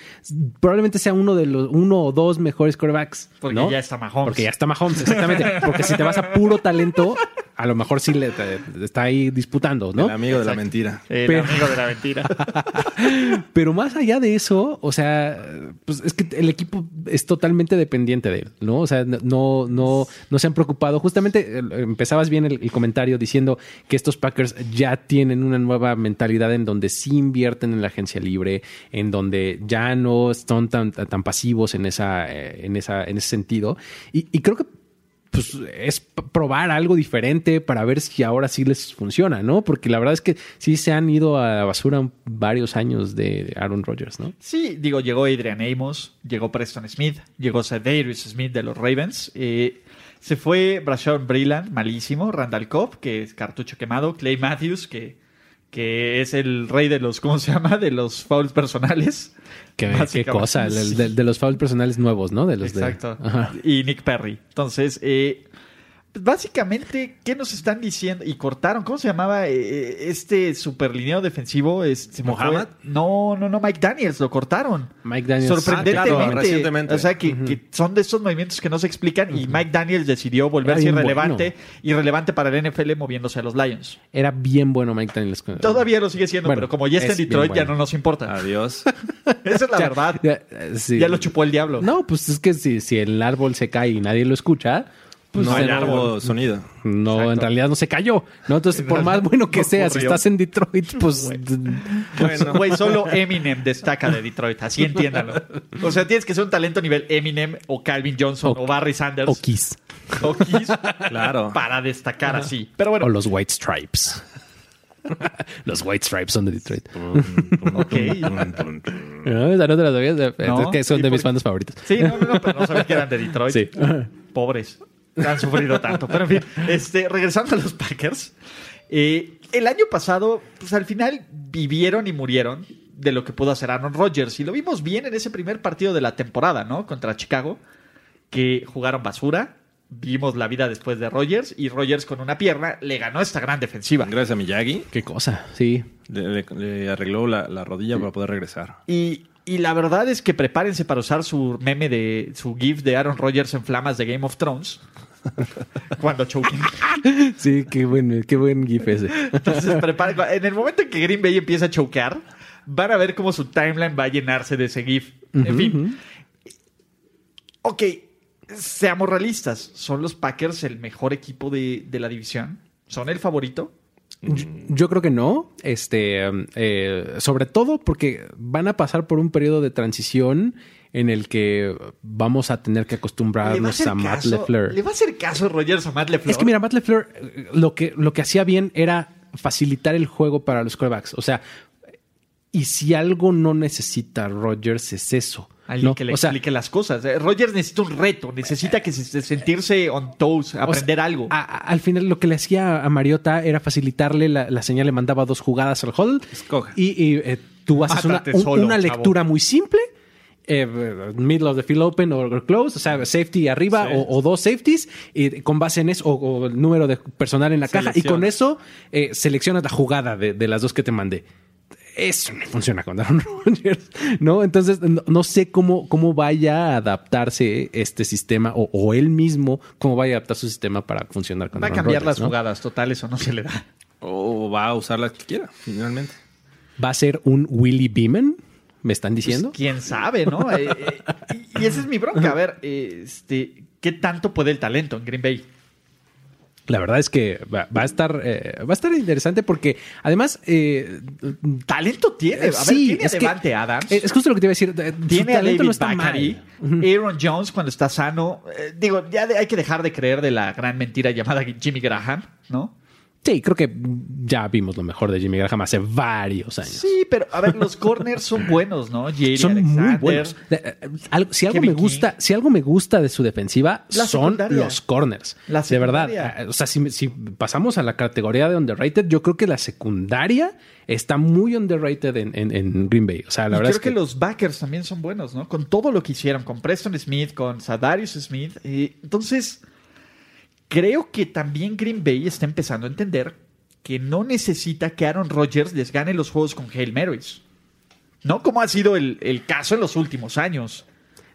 [SPEAKER 2] probablemente sea uno de los uno o dos mejores quarterbacks.
[SPEAKER 1] Porque
[SPEAKER 2] ¿no?
[SPEAKER 1] ya está Mahomes.
[SPEAKER 2] Porque ya está Mahomes, exactamente. Porque si te vas a puro talento, a lo mejor sí le, te- te está ahí disputando, ¿no?
[SPEAKER 3] El amigo de la mentira.
[SPEAKER 1] El
[SPEAKER 2] Pero-
[SPEAKER 1] amigo de la mentira.
[SPEAKER 2] Pero más allá de eso, o sea, pues es que el equipo es totalmente dependiente de él, ¿no? O sea, no, no, no se han preocupado. Justamente eh, empezabas bien el, el comentario diciendo que estos Packers ya tienen una nueva mentalidad en donde sí invierten en la agencia libre, en donde ya no son tan, tan, tan pasivos en esa, eh, en esa, en ese sentido. Y, y creo que pues es p- probar algo diferente para ver si ahora sí les funciona, ¿no? Porque la verdad es que sí se han ido a la basura un- varios años de Aaron Rodgers, ¿no?
[SPEAKER 1] Sí, digo, llegó Adrian Amos, llegó Preston Smith, llegó Cedarius Smith de los Ravens. eh, se fue Brashon Brilland, malísimo. Randall Cobb, que es cartucho quemado. Clay Matthews, que, que es el rey de los, ¿cómo se llama? De los fouls personales.
[SPEAKER 2] Qué, qué
[SPEAKER 1] Básicamente,
[SPEAKER 2] cosa, el- el-
[SPEAKER 1] sí.
[SPEAKER 2] de, de los fouls personales nuevos, ¿no? De los de-
[SPEAKER 1] Exacto.
[SPEAKER 2] Ajá.
[SPEAKER 1] Y Nick Perry. Entonces, eh, básicamente, ¿qué nos están diciendo? Y cortaron, ¿cómo se llamaba eh, este superlineo defensivo? Es, se me fue.
[SPEAKER 3] ¿Mohamed?
[SPEAKER 1] No, no, no, Mike Daniels, lo cortaron.
[SPEAKER 2] Mike Daniels.
[SPEAKER 1] Sorprendentemente.
[SPEAKER 3] Ah, claro, recientemente.
[SPEAKER 1] O sea, que, que son de esos movimientos que no se explican y Mike Daniels decidió volverse
[SPEAKER 2] Era bien
[SPEAKER 1] irrelevante, irrelevante para el NFL moviéndose a los Lions.
[SPEAKER 2] Era bien bueno Mike Daniels.
[SPEAKER 1] Todavía lo sigue siendo,
[SPEAKER 2] Bueno,
[SPEAKER 1] pero como ya está en
[SPEAKER 2] es bien
[SPEAKER 1] Detroit, ya
[SPEAKER 2] bueno. Ah,
[SPEAKER 1] no nos importa.
[SPEAKER 3] Adiós.
[SPEAKER 1] Esa es la
[SPEAKER 2] Ya-
[SPEAKER 1] verdad.
[SPEAKER 2] Ya, eh, sí.
[SPEAKER 1] Ya lo chupó el diablo.
[SPEAKER 2] No, pues es que si, si el árbol se cae y nadie lo escucha, pues
[SPEAKER 3] no hay
[SPEAKER 2] no-
[SPEAKER 3] largo sonido.
[SPEAKER 2] No, en realidad no se cayó, ¿no? Entonces, por más bueno que
[SPEAKER 1] No
[SPEAKER 2] sea, si
[SPEAKER 1] ocurrió.
[SPEAKER 2] estás en Detroit, pues...
[SPEAKER 3] Bueno.
[SPEAKER 1] Güey, solo Eminem destaca de Detroit, así entiéndalo. O sea, tienes que ser un talento nivel Eminem o Calvin Johnson o,
[SPEAKER 2] O-
[SPEAKER 1] Barry Sanders
[SPEAKER 2] O Kiss.
[SPEAKER 1] o Kiss
[SPEAKER 3] Claro.
[SPEAKER 1] para destacar así. Pero bueno,
[SPEAKER 2] O los White Stripes. los White Stripes son de Detroit. No, esa no te la sabías. Es que son
[SPEAKER 1] ¿Y
[SPEAKER 2] de
[SPEAKER 1] por
[SPEAKER 2] mis
[SPEAKER 1] qué?
[SPEAKER 2] bandas favoritas.
[SPEAKER 1] sí, no, no, no, pero no sabía que eran de Detroit.
[SPEAKER 2] Sí.
[SPEAKER 1] Pobres, han sufrido tanto. Pero en fin, este, regresando a los Packers, eh, el año pasado, pues al final vivieron y murieron de lo que pudo hacer Aaron Rodgers. Y lo vimos bien en ese primer partido de la temporada, ¿no? Contra Chicago. que jugaron basura. Vimos la vida después de Rogers y Rogers con una pierna le ganó esta gran defensiva.
[SPEAKER 3] Gracias a Miyagi,
[SPEAKER 2] Qué cosa, sí.
[SPEAKER 3] le, le- le arregló la, la rodilla para poder regresar.
[SPEAKER 1] Y, y la verdad es que prepárense para usar su meme de su GIF de Aaron Rodgers en flamas de Game of Thrones. Cuando choking.
[SPEAKER 2] Sí, qué buen, qué buen GIF ese.
[SPEAKER 1] Entonces, preparen- En el momento en que Green Bay empieza a choquear, van a ver cómo su timeline va a llenarse de ese GIF. En fin. Ok, seamos realistas. ¿Son los Packers el mejor equipo de, de la división? ¿Son el favorito?
[SPEAKER 2] Yo- Yo creo que no. Este, um, eh, sobre todo porque van a pasar por un periodo de transición en el que vamos a tener que
[SPEAKER 1] ¿Le va a
[SPEAKER 2] acostumbrarnos
[SPEAKER 1] hacer
[SPEAKER 2] a Ah, Matt
[SPEAKER 1] caso-
[SPEAKER 2] LeFleur.
[SPEAKER 1] ¿Le va a hacer caso Rogers a Matt LeFleur?
[SPEAKER 2] Es que mira, Matt LeFleur eh, lo que, lo que hacía bien era facilitar el juego para los quarterbacks. O sea, y si algo no necesita Rodgers es eso.
[SPEAKER 1] Alguien
[SPEAKER 2] ¿no?
[SPEAKER 1] que le
[SPEAKER 2] o sea,
[SPEAKER 1] explique las cosas. Eh, Rogers necesita un reto, necesita que se- se- sentirse on toes,
[SPEAKER 2] o sea,
[SPEAKER 1] aprender algo.
[SPEAKER 2] a- a- al final lo que le hacía a Mariota era facilitarle la, la señal, le mandaba dos jugadas al hall.
[SPEAKER 3] Escoja.
[SPEAKER 2] Y, y, eh, tú haces una,
[SPEAKER 1] Mátate
[SPEAKER 2] un-
[SPEAKER 1] solo,
[SPEAKER 2] una
[SPEAKER 1] chavo.
[SPEAKER 2] lectura muy simple eh, middle of the field open o close, o sea, safety arriba
[SPEAKER 3] Sí.
[SPEAKER 2] o, o dos safeties, y con base en eso, o, o el número de personal en la caja, y con
[SPEAKER 3] Selecciona.
[SPEAKER 2] eso eh, seleccionas la jugada de, de las dos que te mandé. Eso no funciona con Aaron Rodgers, ¿no? Entonces, no, no sé cómo, cómo vaya a adaptarse este sistema o, o él mismo, cómo vaya a adaptar su sistema para funcionar con
[SPEAKER 1] Va a
[SPEAKER 2] Aaron
[SPEAKER 1] cambiar
[SPEAKER 2] Rodgers,
[SPEAKER 1] las
[SPEAKER 2] ¿no?
[SPEAKER 1] jugadas, total, eso no se le da. Pues,
[SPEAKER 3] O va a usar la que quiera, finalmente.
[SPEAKER 2] ¿Va a ser un Willy Beeman? ¿Me están
[SPEAKER 1] Pues,
[SPEAKER 2] diciendo?
[SPEAKER 1] quién sabe, ¿no? Eh, eh, y- y esa es mi bronca. A ver, eh, este, ¿qué tanto puede el talento en Green Bay?
[SPEAKER 2] La verdad es que va, va a estar eh, va a estar interesante porque además eh,
[SPEAKER 1] Talento tiene. A ver,
[SPEAKER 2] sí,
[SPEAKER 1] tiene
[SPEAKER 2] es
[SPEAKER 1] a
[SPEAKER 2] que-
[SPEAKER 1] Devante Adams.
[SPEAKER 2] es justo lo que te iba a decir. eh, su
[SPEAKER 1] tiene a
[SPEAKER 2] talento
[SPEAKER 1] David
[SPEAKER 2] no está
[SPEAKER 1] Bakary,
[SPEAKER 2] mal.
[SPEAKER 1] Aaron Jones cuando está sano. Eh, digo, ya de- hay que dejar de creer de la gran mentira llamada Jimmy Graham, ¿no?
[SPEAKER 2] Sí, creo que ya vimos lo mejor de Jimmy Graham hace varios años.
[SPEAKER 1] Sí, pero a ver, los corners son buenos, ¿no? Jerry
[SPEAKER 2] son muy
[SPEAKER 1] Alexander.
[SPEAKER 2] buenos. De- eh, algo- si algo
[SPEAKER 1] Kevin
[SPEAKER 2] me gusta, si algo me gusta de su defensiva
[SPEAKER 1] La
[SPEAKER 2] son
[SPEAKER 1] secundaria.
[SPEAKER 2] los corners.
[SPEAKER 1] La
[SPEAKER 2] de verdad,
[SPEAKER 1] secundaria.
[SPEAKER 2] eh, o sea, si, si pasamos a la categoría de underrated, yo creo que la secundaria está muy underrated en, en- en Green Bay. O sea, la
[SPEAKER 1] Y
[SPEAKER 2] verdad
[SPEAKER 1] creo
[SPEAKER 2] es
[SPEAKER 1] que, los backers también son buenos, ¿no? Con todo lo que hicieron, con Preston Smith, con Sadarius Smith. eh, entonces, creo que también Green Bay está empezando a entender que no necesita que Aaron Rodgers les gane los juegos con Hail Marys. ¿No? Como ha sido el, el caso en los últimos años.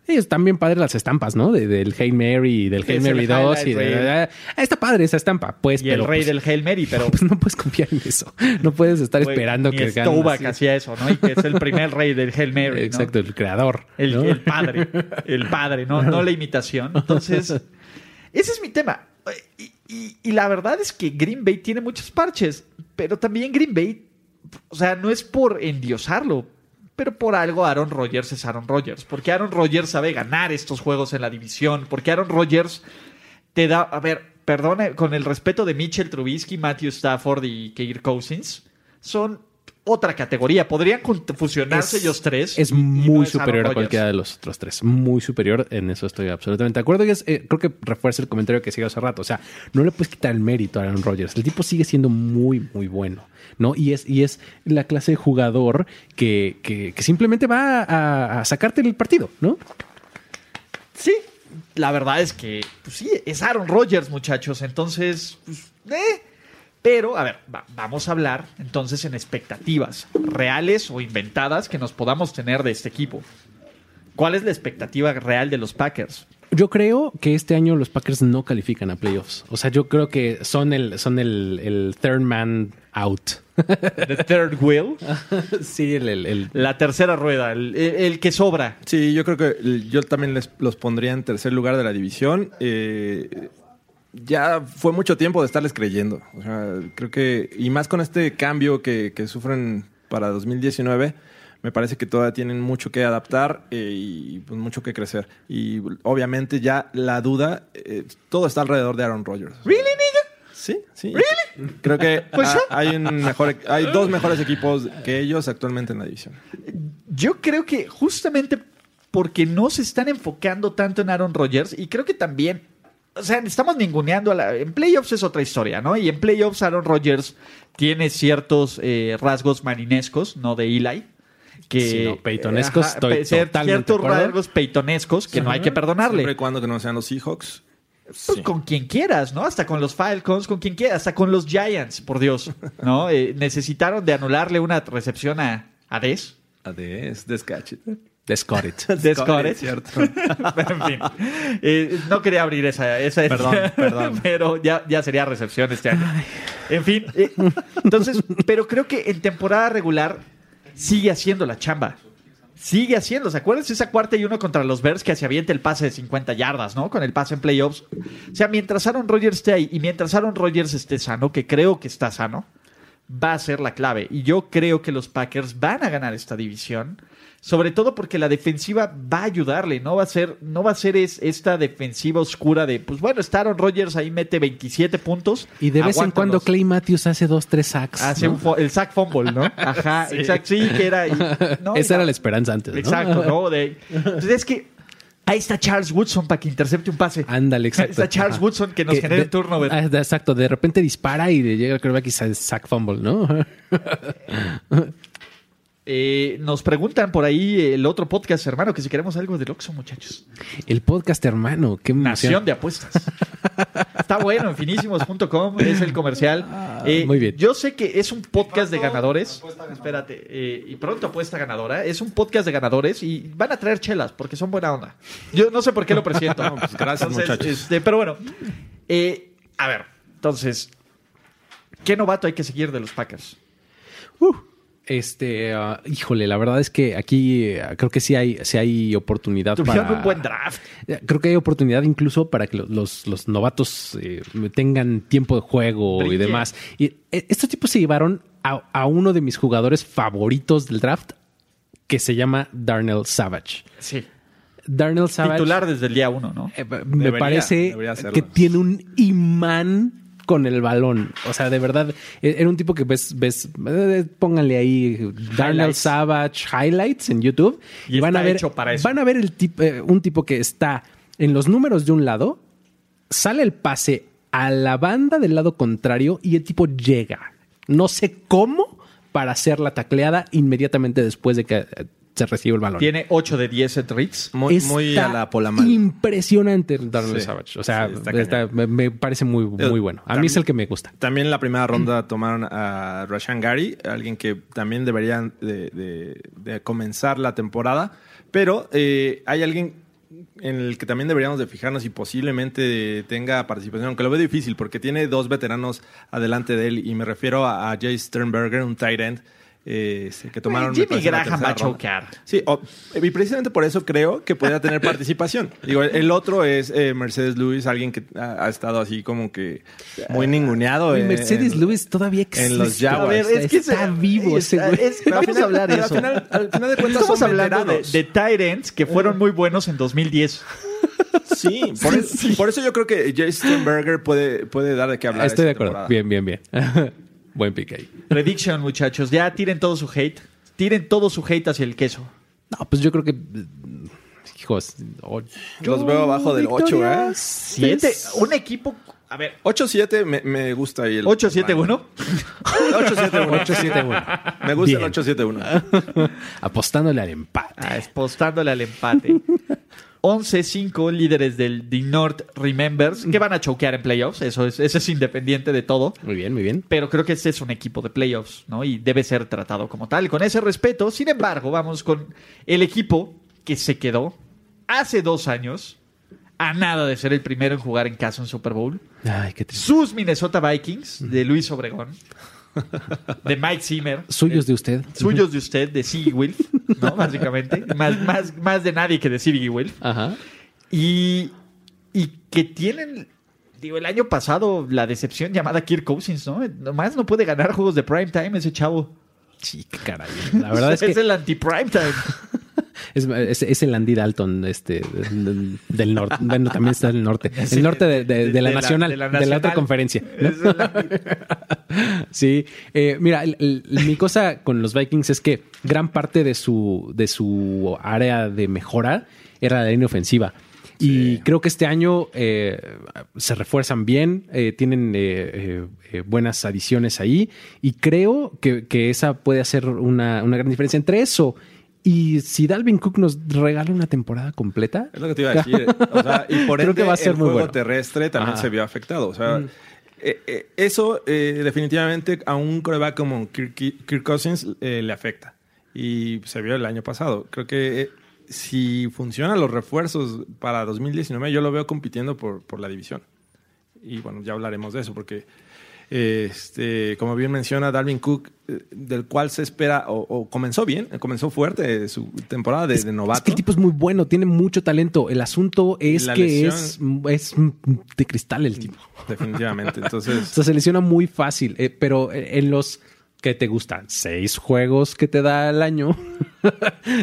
[SPEAKER 2] Sí, están bien padres las estampas, ¿no? De- del Hail Mary y del
[SPEAKER 1] Que
[SPEAKER 2] Hail
[SPEAKER 1] es el
[SPEAKER 2] Mary 2. Y
[SPEAKER 1] highlight
[SPEAKER 2] de-
[SPEAKER 1] reel.
[SPEAKER 2] ah, está padre esa estampa, pues.
[SPEAKER 1] Y el rey
[SPEAKER 2] pues,
[SPEAKER 1] del Hail Mary, pero...
[SPEAKER 2] pues no puedes confiar en eso. No puedes estar
[SPEAKER 1] güey,
[SPEAKER 2] esperando
[SPEAKER 1] ni
[SPEAKER 2] que ganen
[SPEAKER 1] Staubach
[SPEAKER 2] así.
[SPEAKER 1] hacía eso, ¿no? Y que es el primer rey del Hail Mary, ¿no?
[SPEAKER 2] Exacto, el creador.
[SPEAKER 1] El,
[SPEAKER 2] ¿no?
[SPEAKER 1] el padre, el padre, no, no la imitación. Entonces, ese es mi tema. Y, y- y la verdad es que Green Bay tiene muchos parches, pero también Green Bay, o sea, no es por endiosarlo, pero por algo Aaron Rodgers es Aaron Rodgers. Porque Aaron Rodgers sabe ganar estos juegos en la división, porque Aaron Rodgers te da, a ver, perdone, con el respeto de Mitchell Trubisky, Matthew Stafford y Keir Cousins, son otra categoría. Podrían cont- fusionarse ellos tres.
[SPEAKER 2] Es
[SPEAKER 1] y- y
[SPEAKER 2] muy
[SPEAKER 1] no es Aaron
[SPEAKER 2] superior a
[SPEAKER 1] Rodgers.
[SPEAKER 2] cualquiera de los otros tres. Muy superior, en eso estoy absolutamente de acuerdo. Y es, eh, creo que refuerza el comentario que sigue hace rato. O sea, no le puedes quitar el mérito a Aaron Rodgers. El tipo sigue siendo muy, muy bueno. ¿no? Y, es, y es la clase de jugador que, que- que simplemente va a, a sacarte el partido, ¿no?
[SPEAKER 1] Sí, la verdad es que, pues sí, es Aaron Rodgers, muchachos. Entonces, pues, eh. Pero, a ver, va- vamos a hablar entonces en expectativas reales o inventadas que nos podamos tener de este equipo. ¿Cuál es la expectativa real de los Packers?
[SPEAKER 2] Yo creo que este año los Packers no califican a playoffs. O sea, yo creo que son el, son el, el third man out.
[SPEAKER 1] The third wheel,
[SPEAKER 2] sí, el, el- el-
[SPEAKER 1] la tercera rueda, el, el- el que sobra.
[SPEAKER 3] Sí, yo creo que el- yo también les, los pondría en tercer lugar de la división. Eh, ya fue mucho tiempo de estarles creyendo. O sea, creo que, y más con este cambio que, que sufren para 2019, me parece que todavía tienen mucho que adaptar eh, y pues, mucho que crecer. Y obviamente ya la duda, eh, todo está alrededor de Aaron Rodgers.
[SPEAKER 1] ¿Really, nigga?
[SPEAKER 3] Sí, sí. Creo que
[SPEAKER 1] Pues
[SPEAKER 3] ha-
[SPEAKER 1] sí.
[SPEAKER 3] hay, un mejor, hay dos mejores equipos que ellos actualmente en la división.
[SPEAKER 1] Yo creo que justamente porque no se están enfocando tanto en Aaron Rodgers y creo que también, o sea, estamos ninguneando a la... En playoffs es otra historia, ¿no? Y en playoffs Aaron Rodgers tiene ciertos eh, rasgos marinescos, no de Eli. Que,
[SPEAKER 2] Sí, no, peitonescos, estoy
[SPEAKER 1] pe- cier-
[SPEAKER 2] totalmente
[SPEAKER 1] Ciertos
[SPEAKER 2] de acuerdo.
[SPEAKER 1] rasgos peitonescos que no hay que perdonarle.
[SPEAKER 3] Siempre y cuando que no sean los Seahawks.
[SPEAKER 1] Pues
[SPEAKER 3] sí.
[SPEAKER 1] con quien quieras, ¿no? Hasta con los Falcons, con quien quieras, hasta con los Giants, por Dios, ¿no? Eh, necesitaron de anularle una recepción a, a Dez.
[SPEAKER 3] Ades, descache.
[SPEAKER 2] let's cut it.
[SPEAKER 1] De Scottish.
[SPEAKER 3] Cierto.
[SPEAKER 1] Pero, en fin. Eh, no quería abrir esa. esa
[SPEAKER 3] Perdón,
[SPEAKER 1] esa-
[SPEAKER 3] perdón.
[SPEAKER 1] Pero ya, ya sería recepción este año. En fin. eh, entonces, pero creo que en temporada regular sigue haciendo la chamba. Sigue haciendo. ¿Se acuerdan de esa cuarta y uno contra los Bears que se avienta el pase de 50 yardas, ¿no? Con el pase en playoffs. O sea, mientras Aaron Rodgers esté ahí y mientras Aaron Rodgers esté sano, que creo que está sano, va a ser la clave. Y yo creo que los Packers van a ganar esta división. Sobre todo porque la defensiva va a ayudarle, no va a ser, no va a ser es- esta defensiva oscura de, pues bueno, está Aaron Rodgers ahí mete 27 puntos.
[SPEAKER 2] Y de vez en cuando
[SPEAKER 1] aguántanos.
[SPEAKER 2] Clay Matthews hace dos, tres sacks.
[SPEAKER 1] Hace
[SPEAKER 2] ¿no?
[SPEAKER 1] un fo- el sack fumble, ¿no? Ajá, exacto. Sí, que era. y- no, y-
[SPEAKER 2] Esa era la esperanza antes. ¿no?
[SPEAKER 1] Exacto, ¿no? De, entonces es que ahí está Charles Woodson para que intercepte un pase.
[SPEAKER 2] Ándale, exacto.
[SPEAKER 1] Está Charles
[SPEAKER 2] Ajá.
[SPEAKER 1] Woodson que nos
[SPEAKER 2] Que
[SPEAKER 1] genere
[SPEAKER 2] de-
[SPEAKER 1] el turnover.
[SPEAKER 2] Ah, de- Exacto, de repente dispara y le llega el quarterback y sa- sack fumble, ¿no?
[SPEAKER 1] Eh, nos preguntan por ahí el otro podcast, hermano, que si queremos algo del Oxxo, muchachos.
[SPEAKER 2] El podcast, hermano. Qué emoción.
[SPEAKER 1] Nación de apuestas. Está bueno, infinísimos.com es el comercial.
[SPEAKER 3] Ah,
[SPEAKER 1] Eh,
[SPEAKER 2] muy bien.
[SPEAKER 1] Yo sé que es un podcast de ganadores. Espérate, eh, y pronto apuesta ganadora. Es un podcast de ganadores y van a traer chelas porque son buena onda. Yo no sé por qué lo presiento.
[SPEAKER 3] pues gracias, muchachos.
[SPEAKER 1] este, pero bueno, eh, a ver, entonces, ¿qué novato hay que seguir de los Packers?
[SPEAKER 2] Uh, este, ah, híjole, la verdad es que aquí eh, creo que sí hay, sí hay oportunidad
[SPEAKER 1] Tuvieron
[SPEAKER 2] para...
[SPEAKER 1] un buen draft.
[SPEAKER 2] Eh, Creo que hay oportunidad incluso para que lo- los, los novatos eh, tengan tiempo de juego y
[SPEAKER 1] Brillen.
[SPEAKER 2] demás. Y eh, estos tipos se llevaron a, a uno de mis jugadores favoritos del draft, que se llama Darnell Savage.
[SPEAKER 1] Sí.
[SPEAKER 2] Darnell Savage.
[SPEAKER 1] Titular desde el día uno, ¿no?
[SPEAKER 2] Eh, me
[SPEAKER 3] Debería,
[SPEAKER 2] parece
[SPEAKER 3] debería serlo.
[SPEAKER 2] que tiene un imán con el balón. O sea, de verdad, eh, era un tipo que ves, ves, eh, pónganle ahí Darnell
[SPEAKER 1] Highlights.
[SPEAKER 2] Savage Highlights en YouTube.
[SPEAKER 1] Y
[SPEAKER 2] van
[SPEAKER 1] está
[SPEAKER 2] a ver,
[SPEAKER 1] hecho para eso.
[SPEAKER 2] Van a ver el tip- eh, un tipo que está en los números de un lado, sale el pase a la banda del lado contrario y el tipo llega. No sé cómo para hacer la tacleada inmediatamente después de que eh, se recibe el balón.
[SPEAKER 1] Tiene 8 de 10 en reads.
[SPEAKER 3] Muy,
[SPEAKER 2] Está
[SPEAKER 3] muy a la Polamal.
[SPEAKER 2] Impresionante Darnell
[SPEAKER 3] Sí.
[SPEAKER 2] Savage. O sea,
[SPEAKER 3] Sí, está
[SPEAKER 2] está- me, me parece muy, muy bueno. A mí es el que me gusta.
[SPEAKER 3] También en la primera ronda tomaron a Rashan Gary, alguien que también deberían de, de- de comenzar la temporada. Pero eh, hay alguien en el que también deberíamos de fijarnos y posiblemente tenga participación, aunque lo veo difícil porque tiene dos veteranos adelante de él y me refiero a, a Jay Sternberger, un tight end. eh, este, que tomaron me
[SPEAKER 1] Jimmy
[SPEAKER 3] parece, en la
[SPEAKER 1] Graham
[SPEAKER 3] tercera
[SPEAKER 1] va a
[SPEAKER 3] ronda.
[SPEAKER 1] chocar.
[SPEAKER 3] Sí, o- y precisamente por eso creo que podría tener participación. Digo, el- el otro es eh, Mercedes Lewis, alguien que ha, ha estado así como que muy ninguneado.
[SPEAKER 2] Ah, Y
[SPEAKER 3] en-
[SPEAKER 2] Mercedes
[SPEAKER 3] Eh, en-
[SPEAKER 2] Lewis todavía existe.
[SPEAKER 3] en los
[SPEAKER 1] A
[SPEAKER 3] Jaguars.
[SPEAKER 1] ver,
[SPEAKER 2] Está-
[SPEAKER 1] es que
[SPEAKER 2] está
[SPEAKER 1] se-
[SPEAKER 2] vivo ese
[SPEAKER 1] está-
[SPEAKER 2] güey.
[SPEAKER 1] es- vamos a hablar de
[SPEAKER 3] Al
[SPEAKER 1] eso.
[SPEAKER 3] final, al final de cuentas
[SPEAKER 1] Estamos
[SPEAKER 3] son Eh.
[SPEAKER 1] hablando de,
[SPEAKER 3] veteranos.
[SPEAKER 1] de tight ends que fueron muy buenos en 2010.
[SPEAKER 3] Sí, por, eso, por eso yo creo que Jay Sternberger puede, puede dar de qué hablar.
[SPEAKER 2] Estoy
[SPEAKER 3] esta
[SPEAKER 2] de acuerdo.
[SPEAKER 3] temporada.
[SPEAKER 2] Bien, bien, bien. Buen pique ahí.
[SPEAKER 1] Prediction, muchachos. Ya tiren todo su hate. Tiren todo su hate hacia el queso.
[SPEAKER 2] No, pues yo creo que. mm, Hijos. oh,
[SPEAKER 3] Los veo abajo del ocho, ¿eh?
[SPEAKER 1] Siete,
[SPEAKER 2] Siete.
[SPEAKER 1] un equipo. A ver,
[SPEAKER 3] 8-7 me, me gusta ahí el.
[SPEAKER 1] 8-7-1.
[SPEAKER 3] 8-7-1.
[SPEAKER 2] 8-7-1.
[SPEAKER 3] Me gusta
[SPEAKER 2] Bien.
[SPEAKER 3] el 8-7-1.
[SPEAKER 2] Apostándole al empate.
[SPEAKER 1] Ah, Espostándole al empate. 11-5 líderes del The North Remembers que van a choquear en playoffs. Eso es, eso es independiente de todo.
[SPEAKER 2] Muy bien, muy bien.
[SPEAKER 1] Pero creo que este es un equipo de playoffs, ¿no? Y debe ser tratado como tal, con ese respeto. Sin embargo, vamos con el equipo que se quedó hace dos años a nada de ser el primero en jugar en casa en Super Bowl.
[SPEAKER 2] Ay, qué triste.
[SPEAKER 1] Sus Minnesota Vikings, de Luis Obregón, de Mike Zimmer,
[SPEAKER 2] Suyos de usted.
[SPEAKER 1] suyos de usted, de Siggy Wilf, ¿no? Básicamente. Más, más, más de nadie que de Siggy Wilf.
[SPEAKER 2] Ajá.
[SPEAKER 1] Y, y que tienen, digo, el año pasado la decepción llamada Kirk Cousins, ¿no? Nomás no puede ganar juegos de prime time ese chavo.
[SPEAKER 2] Sí, qué caray. La verdad es que.
[SPEAKER 1] el anti-prime time.
[SPEAKER 2] Es, es- es el Andy Dalton este, del, del norte. Bueno, también está del norte. El norte de, de- de la nacional, de la, otra
[SPEAKER 1] nacional.
[SPEAKER 2] conferencia. ¿no?
[SPEAKER 1] Es el anti-
[SPEAKER 2] Sí. Eh, mira, el- el- mi cosa con los Vikings es que gran parte de su, de su área de mejora era la línea ofensiva. Y creo que este año eh, se refuerzan bien, eh, tienen eh, eh, eh, buenas adiciones ahí y creo que, que esa puede hacer una, una gran diferencia entre eso y si Dalvin Cook nos regala una temporada completa.
[SPEAKER 3] Es lo que te iba a decir. O sea, y por
[SPEAKER 2] Creo
[SPEAKER 3] ende,
[SPEAKER 2] que va a ser
[SPEAKER 3] el
[SPEAKER 2] muy
[SPEAKER 3] juego
[SPEAKER 2] bueno.
[SPEAKER 3] terrestre también
[SPEAKER 2] Ajá. Mm.
[SPEAKER 3] se vio afectado. O sea, eh, eh, eso eh, definitivamente a un coreback como Kirk, Kirk Cousins eh, le afecta. Y se vio el año pasado. Creo que eh, si funcionan los refuerzos para 2019, yo lo veo compitiendo por, por la división. Y bueno, ya hablaremos de eso porque... eh, Este, como bien menciona Dalvin Cook, eh, del cual se espera, o, o comenzó bien, comenzó fuerte eh, su temporada de, de novato.
[SPEAKER 2] Es que el tipo es muy bueno, tiene mucho talento. El asunto es
[SPEAKER 3] La
[SPEAKER 2] que
[SPEAKER 3] lesión-
[SPEAKER 2] es, es de cristal el tipo.
[SPEAKER 3] Definitivamente.
[SPEAKER 2] O
[SPEAKER 3] Entonces,
[SPEAKER 2] sea, se lesiona muy fácil, eh, pero en los que te gustan, seis juegos que te da el año,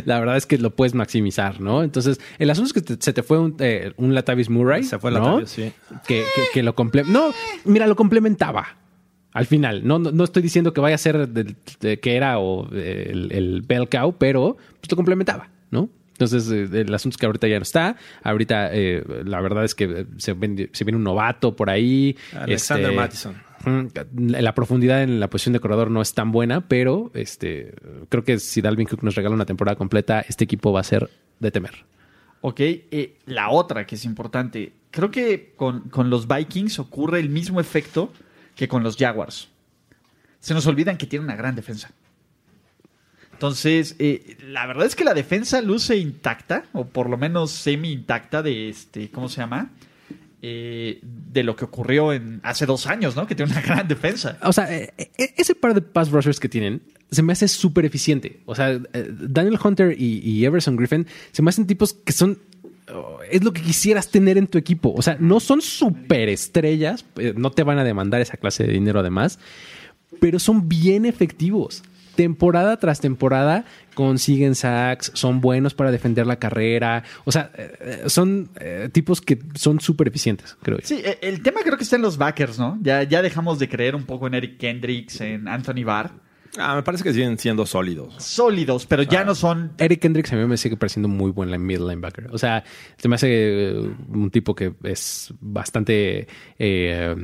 [SPEAKER 2] la verdad es que lo puedes maximizar, ¿no? Entonces, el asunso es que te- se te fue un, eh, un Latavius Murray.
[SPEAKER 3] Se fue
[SPEAKER 2] ¿no?
[SPEAKER 3] Latavius, sí.
[SPEAKER 2] Que, que- que lo complementaba. No, mira, lo complementaba. Al final, no, no, no estoy diciendo que vaya a ser del- de que era o eh, el, el bell cow, pero pues, lo complementaba, ¿no? Entonces, eh, el asunto es que ahorita ya no está. Ahorita, eh, la verdad es que eh, se, vende- se viene un novato por ahí.
[SPEAKER 3] Alexander
[SPEAKER 2] Este, mm,
[SPEAKER 3] Mattison.
[SPEAKER 2] La profundidad en la posición de corredor no es tan buena, pero este, creo que si Dalvin Cook nos regala una temporada completa, este equipo va a ser de temer.
[SPEAKER 1] Ok, eh, la otra que es importante. Creo que con, con los Vikings ocurre el mismo efecto que con los Jaguars. Se nos olvidan que tienen una gran defensa. Entonces, eh, la verdad es que la defensa luce intacta, o por lo menos semi intacta de este, ¿cómo se llama? Eh, de lo que ocurrió en hace dos años, ¿no? Que tiene una gran defensa.
[SPEAKER 2] O sea, eh, eh, ese par de pass rushers que tienen se me hace súper eficiente. O sea, eh, Daniel Hunter y, y Everson Griffin se me hacen tipos que son oh, es lo que quisieras tener en tu equipo. O sea, no son superestrellas, eh, no te van a demandar esa clase de dinero además, pero son bien efectivos. Temporada tras temporada consiguen sacks, son buenos para defender la carrera. O sea, eh, eh, son eh, tipos que son súper eficientes, creo yo.
[SPEAKER 1] Sí, eh, el tema creo que está en los backers, ¿no? Ya, ya dejamos de creer un poco en Eric Kendricks, en Anthony Barr.
[SPEAKER 3] Ah, me parece que siguen siendo sólidos.
[SPEAKER 1] Sólidos, pero ya no son
[SPEAKER 2] Eric Kendricks a mí me sigue pareciendo muy buen line- middle linebacker. O sea, se me hace eh, un tipo que es bastante. eh,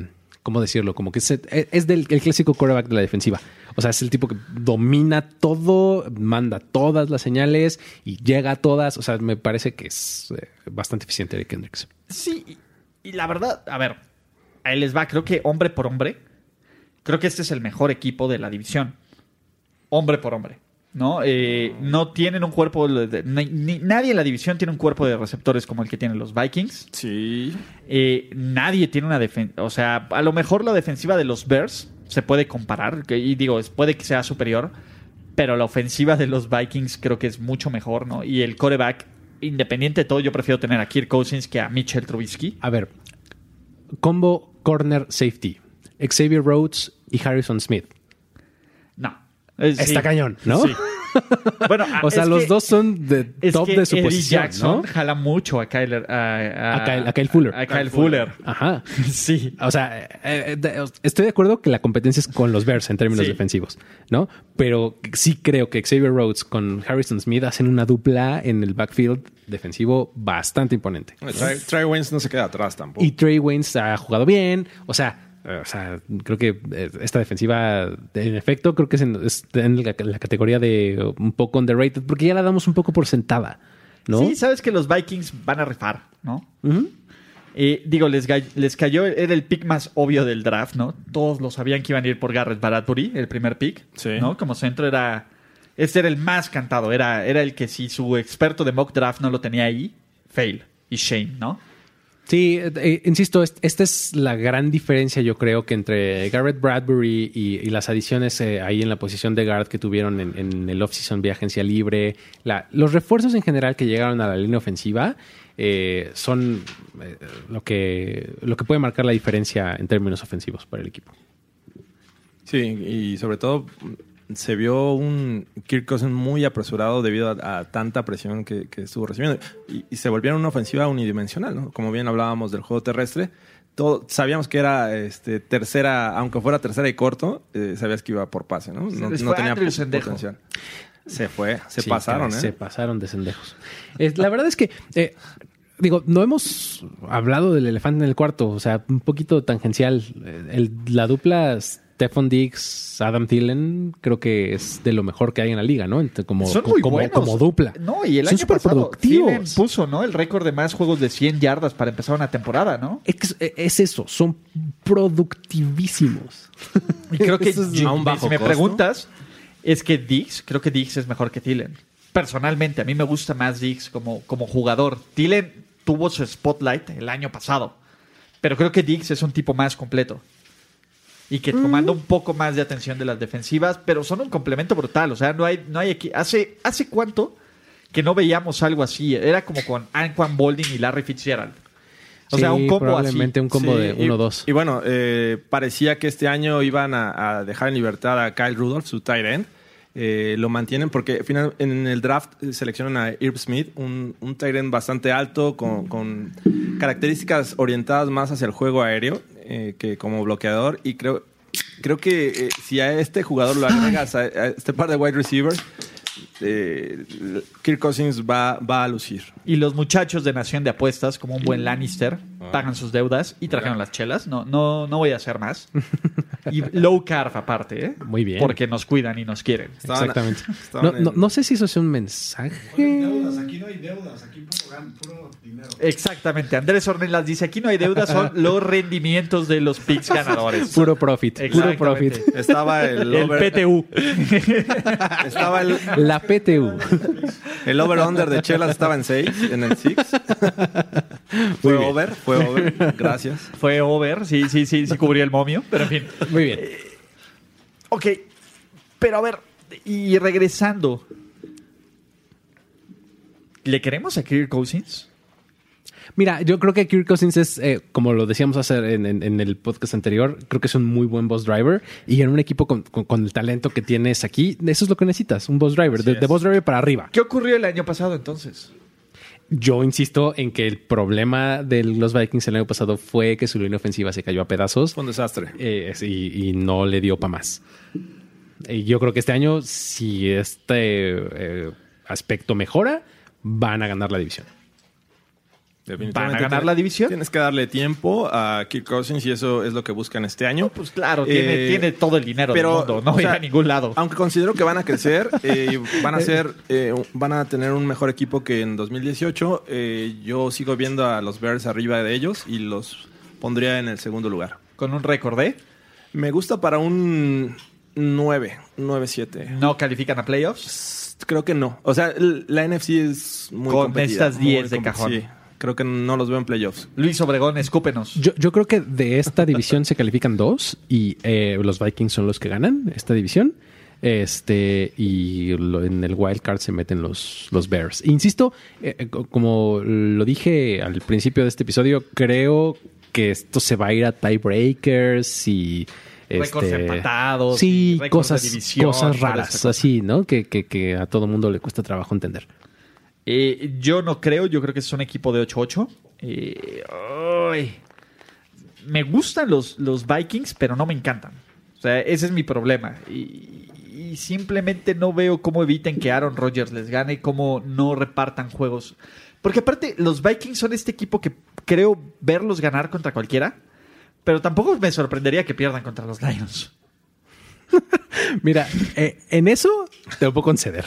[SPEAKER 2] ¿Cómo decirlo? Como que es, es del el clásico quarterback de la defensiva. O sea, es el tipo que domina todo, manda todas las señales y llega a todas. O sea, me parece que es eh, bastante eficiente Eric Kendricks.
[SPEAKER 1] Sí, y, y la verdad, a ver, ahí les va, creo que hombre por hombre, creo que este es el mejor equipo de la división. Hombre por hombre, ¿no? Eh, no tienen un cuerpo, de- de- ni- ni- nadie en la división tiene un cuerpo de receptores como el que tienen los Vikings.
[SPEAKER 3] Sí.
[SPEAKER 1] Eh, nadie tiene una defensa, o sea, a lo mejor la defensiva de los Bears se puede comparar, que- y digo, es- puede que sea superior, pero la ofensiva de los Vikings creo que es mucho mejor, ¿no? Y el coreback, independiente de todo, yo prefiero tener a Kirk Cousins que a Mitchell Trubisky.
[SPEAKER 2] A ver, combo corner safety. Xavier Rhodes y Harrison Smith.
[SPEAKER 1] No. Eh, sí.
[SPEAKER 2] Está cañón, ¿no?
[SPEAKER 1] Sí. Bueno, ah,
[SPEAKER 2] O sea,
[SPEAKER 1] es
[SPEAKER 2] los
[SPEAKER 1] que-
[SPEAKER 2] dos son de
[SPEAKER 1] es
[SPEAKER 2] top
[SPEAKER 1] que
[SPEAKER 2] de su
[SPEAKER 1] Eddie
[SPEAKER 2] posición,
[SPEAKER 1] Jackson
[SPEAKER 2] ¿no?
[SPEAKER 1] jala mucho a Kyler. A,
[SPEAKER 2] A Kyle- a Kyle Fuller.
[SPEAKER 1] A Kyle Fuller.
[SPEAKER 2] Ajá.
[SPEAKER 1] Sí.
[SPEAKER 2] O sea, eh, eh, de- estoy de acuerdo que la competencia es con los Bears en términos
[SPEAKER 1] Sí.
[SPEAKER 2] defensivos, ¿no? Pero sí creo que Xavier Rhodes con Harrison Smith hacen una dupla en el backfield defensivo bastante imponente.
[SPEAKER 3] Trey, Trey Waynes no se queda atrás tampoco.
[SPEAKER 2] Y Trey Waynes ha jugado bien, o sea, eh, o sea, creo que eh, esta defensiva, en efecto, creo que es en, es en la, la categoría de un poco underrated, porque ya la damos un poco por sentada, ¿no?
[SPEAKER 1] Sí, sabes que los Vikings van a rifar, ¿no? Eh, digo, les, ga- les cayó, era el pick más obvio del draft, ¿no? Todos lo sabían que iban a ir por Garrett Bradbury, el primer pick,
[SPEAKER 3] Sí.
[SPEAKER 1] ¿no? Como centro era, este era el más cantado, era, era el que si su experto de mock draft no lo tenía ahí, fail y shame, ¿no?
[SPEAKER 2] Sí, eh, eh, insisto, est- esta es la gran diferencia, yo creo, que entre Garrett Bradbury y, y las adiciones eh, ahí en la posición de guard que tuvieron en, en el offseason vía agencia libre, la- los refuerzos en general que llegaron a la línea ofensiva eh, son eh, lo que lo que puede marcar la diferencia en términos ofensivos para el equipo.
[SPEAKER 3] Sí, y sobre todo mm, se vio un Kirk Cousins muy apresurado debido a, a tanta presión que, que estuvo recibiendo. Y, y se volvieron una ofensiva unidimensional, ¿no? Como bien hablábamos del juego terrestre. Todo, sabíamos que era este, tercera, aunque fuera tercera y corto, eh, sabías que iba por pase, ¿no?
[SPEAKER 1] Se
[SPEAKER 3] No,
[SPEAKER 1] les
[SPEAKER 3] no
[SPEAKER 1] fue
[SPEAKER 3] tenía
[SPEAKER 1] Andrews
[SPEAKER 3] po-
[SPEAKER 1] Sendejo.
[SPEAKER 3] potencial. Se fue, se
[SPEAKER 2] Sí,
[SPEAKER 3] pasaron,
[SPEAKER 2] caray,
[SPEAKER 3] ¿eh?
[SPEAKER 2] Se pasaron de sendejos. Eh, la verdad es que, eh, digo, no hemos hablado del elefante en el cuarto, o sea, un poquito tangencial. Eh, el- la dupla Stephon Diggs, Adam Thielen, creo que es de lo mejor que hay en la liga, ¿no? Ent- Como,
[SPEAKER 1] Son
[SPEAKER 2] co-
[SPEAKER 1] muy
[SPEAKER 2] como,
[SPEAKER 1] buenos.
[SPEAKER 2] como dupla.
[SPEAKER 1] No, y el
[SPEAKER 2] Son
[SPEAKER 1] año pasado
[SPEAKER 2] superproductivos.
[SPEAKER 1] Thielen puso, ¿no? El récord de más juegos de 100 yardas para empezar una temporada, ¿no?
[SPEAKER 2] Es, que es- eh, es eso, son productivísimos.
[SPEAKER 1] Y creo que
[SPEAKER 2] Eso es
[SPEAKER 1] yo-
[SPEAKER 3] a un bajo
[SPEAKER 1] si me
[SPEAKER 3] costo.
[SPEAKER 1] preguntas, es que Dix, creo que Dix es mejor que Tilen. Personalmente, a mí me gusta más Dix como, como jugador. Tilen tuvo su spotlight el año pasado, pero creo que Dix es un tipo más completo. Y que comanda
[SPEAKER 2] Mm.
[SPEAKER 1] un poco más de atención de las defensivas, pero son un complemento brutal. O sea, no hay, no hay equi- ¿Hace, ¿Hace cuánto que no veíamos algo así? Era como con Anquan Bolding y Larry Fitzgerald. O sea,
[SPEAKER 2] Sí,
[SPEAKER 1] un combo así.
[SPEAKER 2] probablemente un combo
[SPEAKER 3] Sí,
[SPEAKER 2] de
[SPEAKER 3] y-
[SPEAKER 2] 1-2.
[SPEAKER 3] Y, bueno, eh, parecía que este año iban a, a dejar en libertad a Kyle Rudolph, su tight end. Eh, lo mantienen porque al final en el draft eh, seleccionan a Irv Smith, un, un tight end bastante alto con, con características orientadas más hacia el juego aéreo eh, que como bloqueador. Y creo, creo que eh, si a este jugador lo agregas a, a este par de wide receivers, eh, Kirk Cousins va, va a lucir.
[SPEAKER 1] Y los muchachos de Nación de Apuestas, Ah. como un buen Lannister, pagan sus deudas y trajeron las chelas. No, no, no voy a hacer más. Y low carb aparte, ¿eh?
[SPEAKER 2] Muy bien.
[SPEAKER 1] Porque nos cuidan y nos quieren.
[SPEAKER 3] Estaban-
[SPEAKER 2] Exactamente.
[SPEAKER 3] estaban
[SPEAKER 2] No, no-
[SPEAKER 3] en-
[SPEAKER 2] no sé si eso es un mensaje.
[SPEAKER 4] deudas, aquí no hay deudas, aquí puro, gan- puro dinero.
[SPEAKER 1] Exactamente. Andrés Ornelas dice, aquí no hay deuda, son los rendimientos de los picks ganadores.
[SPEAKER 2] Puro profit. Puro
[SPEAKER 1] Exactamente.
[SPEAKER 2] profit.
[SPEAKER 3] Estaba el
[SPEAKER 1] El
[SPEAKER 3] over,
[SPEAKER 1] PTU.
[SPEAKER 3] estaba el,
[SPEAKER 2] La PTU.
[SPEAKER 3] el over under de Chelas estaba en 6, en el 6. Fue
[SPEAKER 2] bien.
[SPEAKER 3] over, fue over. Gracias.
[SPEAKER 1] Fue over, sí, sí, sí, sí cubrió el momio, pero en fin.
[SPEAKER 2] Muy bien.
[SPEAKER 1] Ok, pero a ver, y regresando. ¿Le queremos a Kirk Cousins?
[SPEAKER 2] Mira, yo creo que Kirk Cousins es, eh, como lo decíamos hacer en, en- en el podcast anterior, creo que es un muy buen boss driver y en un equipo con, con- con el talento que tienes aquí, eso es lo que necesitas, un boss driver, de, de boss driver para arriba.
[SPEAKER 1] ¿Qué ocurrió el año pasado entonces?
[SPEAKER 2] Yo insisto en que el problema de los Vikings el año pasado fue que su línea ofensiva se cayó a pedazos
[SPEAKER 3] Fue un desastre.
[SPEAKER 2] eh, es- y, y no le dio para más. Y yo creo que este año, si este eh, aspecto mejora, van a ganar la división.
[SPEAKER 3] Definitivamente
[SPEAKER 1] ganar
[SPEAKER 3] tiene-
[SPEAKER 1] la división?
[SPEAKER 3] Tienes que darle tiempo a Kirk Cousins y eso es lo que buscan este año.
[SPEAKER 1] Pues claro, tiene,
[SPEAKER 3] Eh,
[SPEAKER 1] tiene todo el dinero
[SPEAKER 3] pero,
[SPEAKER 1] del mundo, no
[SPEAKER 3] o
[SPEAKER 1] irá
[SPEAKER 3] sea,
[SPEAKER 1] a ningún lado.
[SPEAKER 3] Aunque considero que van a crecer, eh, y van a ser, eh, van a tener un mejor equipo que en 2018. eh, yo sigo viendo a los Bears arriba de ellos y los pondría en el segundo lugar.
[SPEAKER 1] Con un récord ¿eh? de
[SPEAKER 3] Me gusta para un 9, 9-7.
[SPEAKER 1] no califican a playoffs.
[SPEAKER 3] Creo que no. O sea, l- la NFC es muy
[SPEAKER 1] Con
[SPEAKER 3] competida,
[SPEAKER 1] estas 10
[SPEAKER 3] muy
[SPEAKER 1] de
[SPEAKER 3] comp-
[SPEAKER 1] cajón.
[SPEAKER 3] Sí, creo que no los veo en playoffs.
[SPEAKER 1] Luis Obregón, escúpenos.
[SPEAKER 2] Yo, yo creo que de esta división se califican dos y eh, los Vikings son los que ganan esta división. Este, y lo- en el wild card se meten los, los Bears. Insisto, eh, eh, co- como lo dije al principio de este episodio, creo que esto se va a ir a tiebreakers y. este,
[SPEAKER 1] Récords empatados y
[SPEAKER 2] Sí,
[SPEAKER 1] récords de
[SPEAKER 2] cosas,
[SPEAKER 1] división,
[SPEAKER 2] cosas
[SPEAKER 1] toda
[SPEAKER 2] raras,
[SPEAKER 1] esta cosa.
[SPEAKER 2] así, ¿no? Que, que- que a todo mundo le cuesta trabajo entender.
[SPEAKER 1] Eh, yo no creo, yo creo que es un equipo de 8-8. Eh, ay. me gustan los, los Vikings, pero no me encantan. O sea, ese es mi problema. Y, y simplemente no veo cómo eviten que Aaron Rodgers les gane, cómo no repartan juegos. Porque aparte, los Vikings son este equipo que creo verlos ganar contra cualquiera, pero tampoco me sorprendería que pierdan contra los Lions.
[SPEAKER 2] Mira, eh, en eso te lo puedo conceder.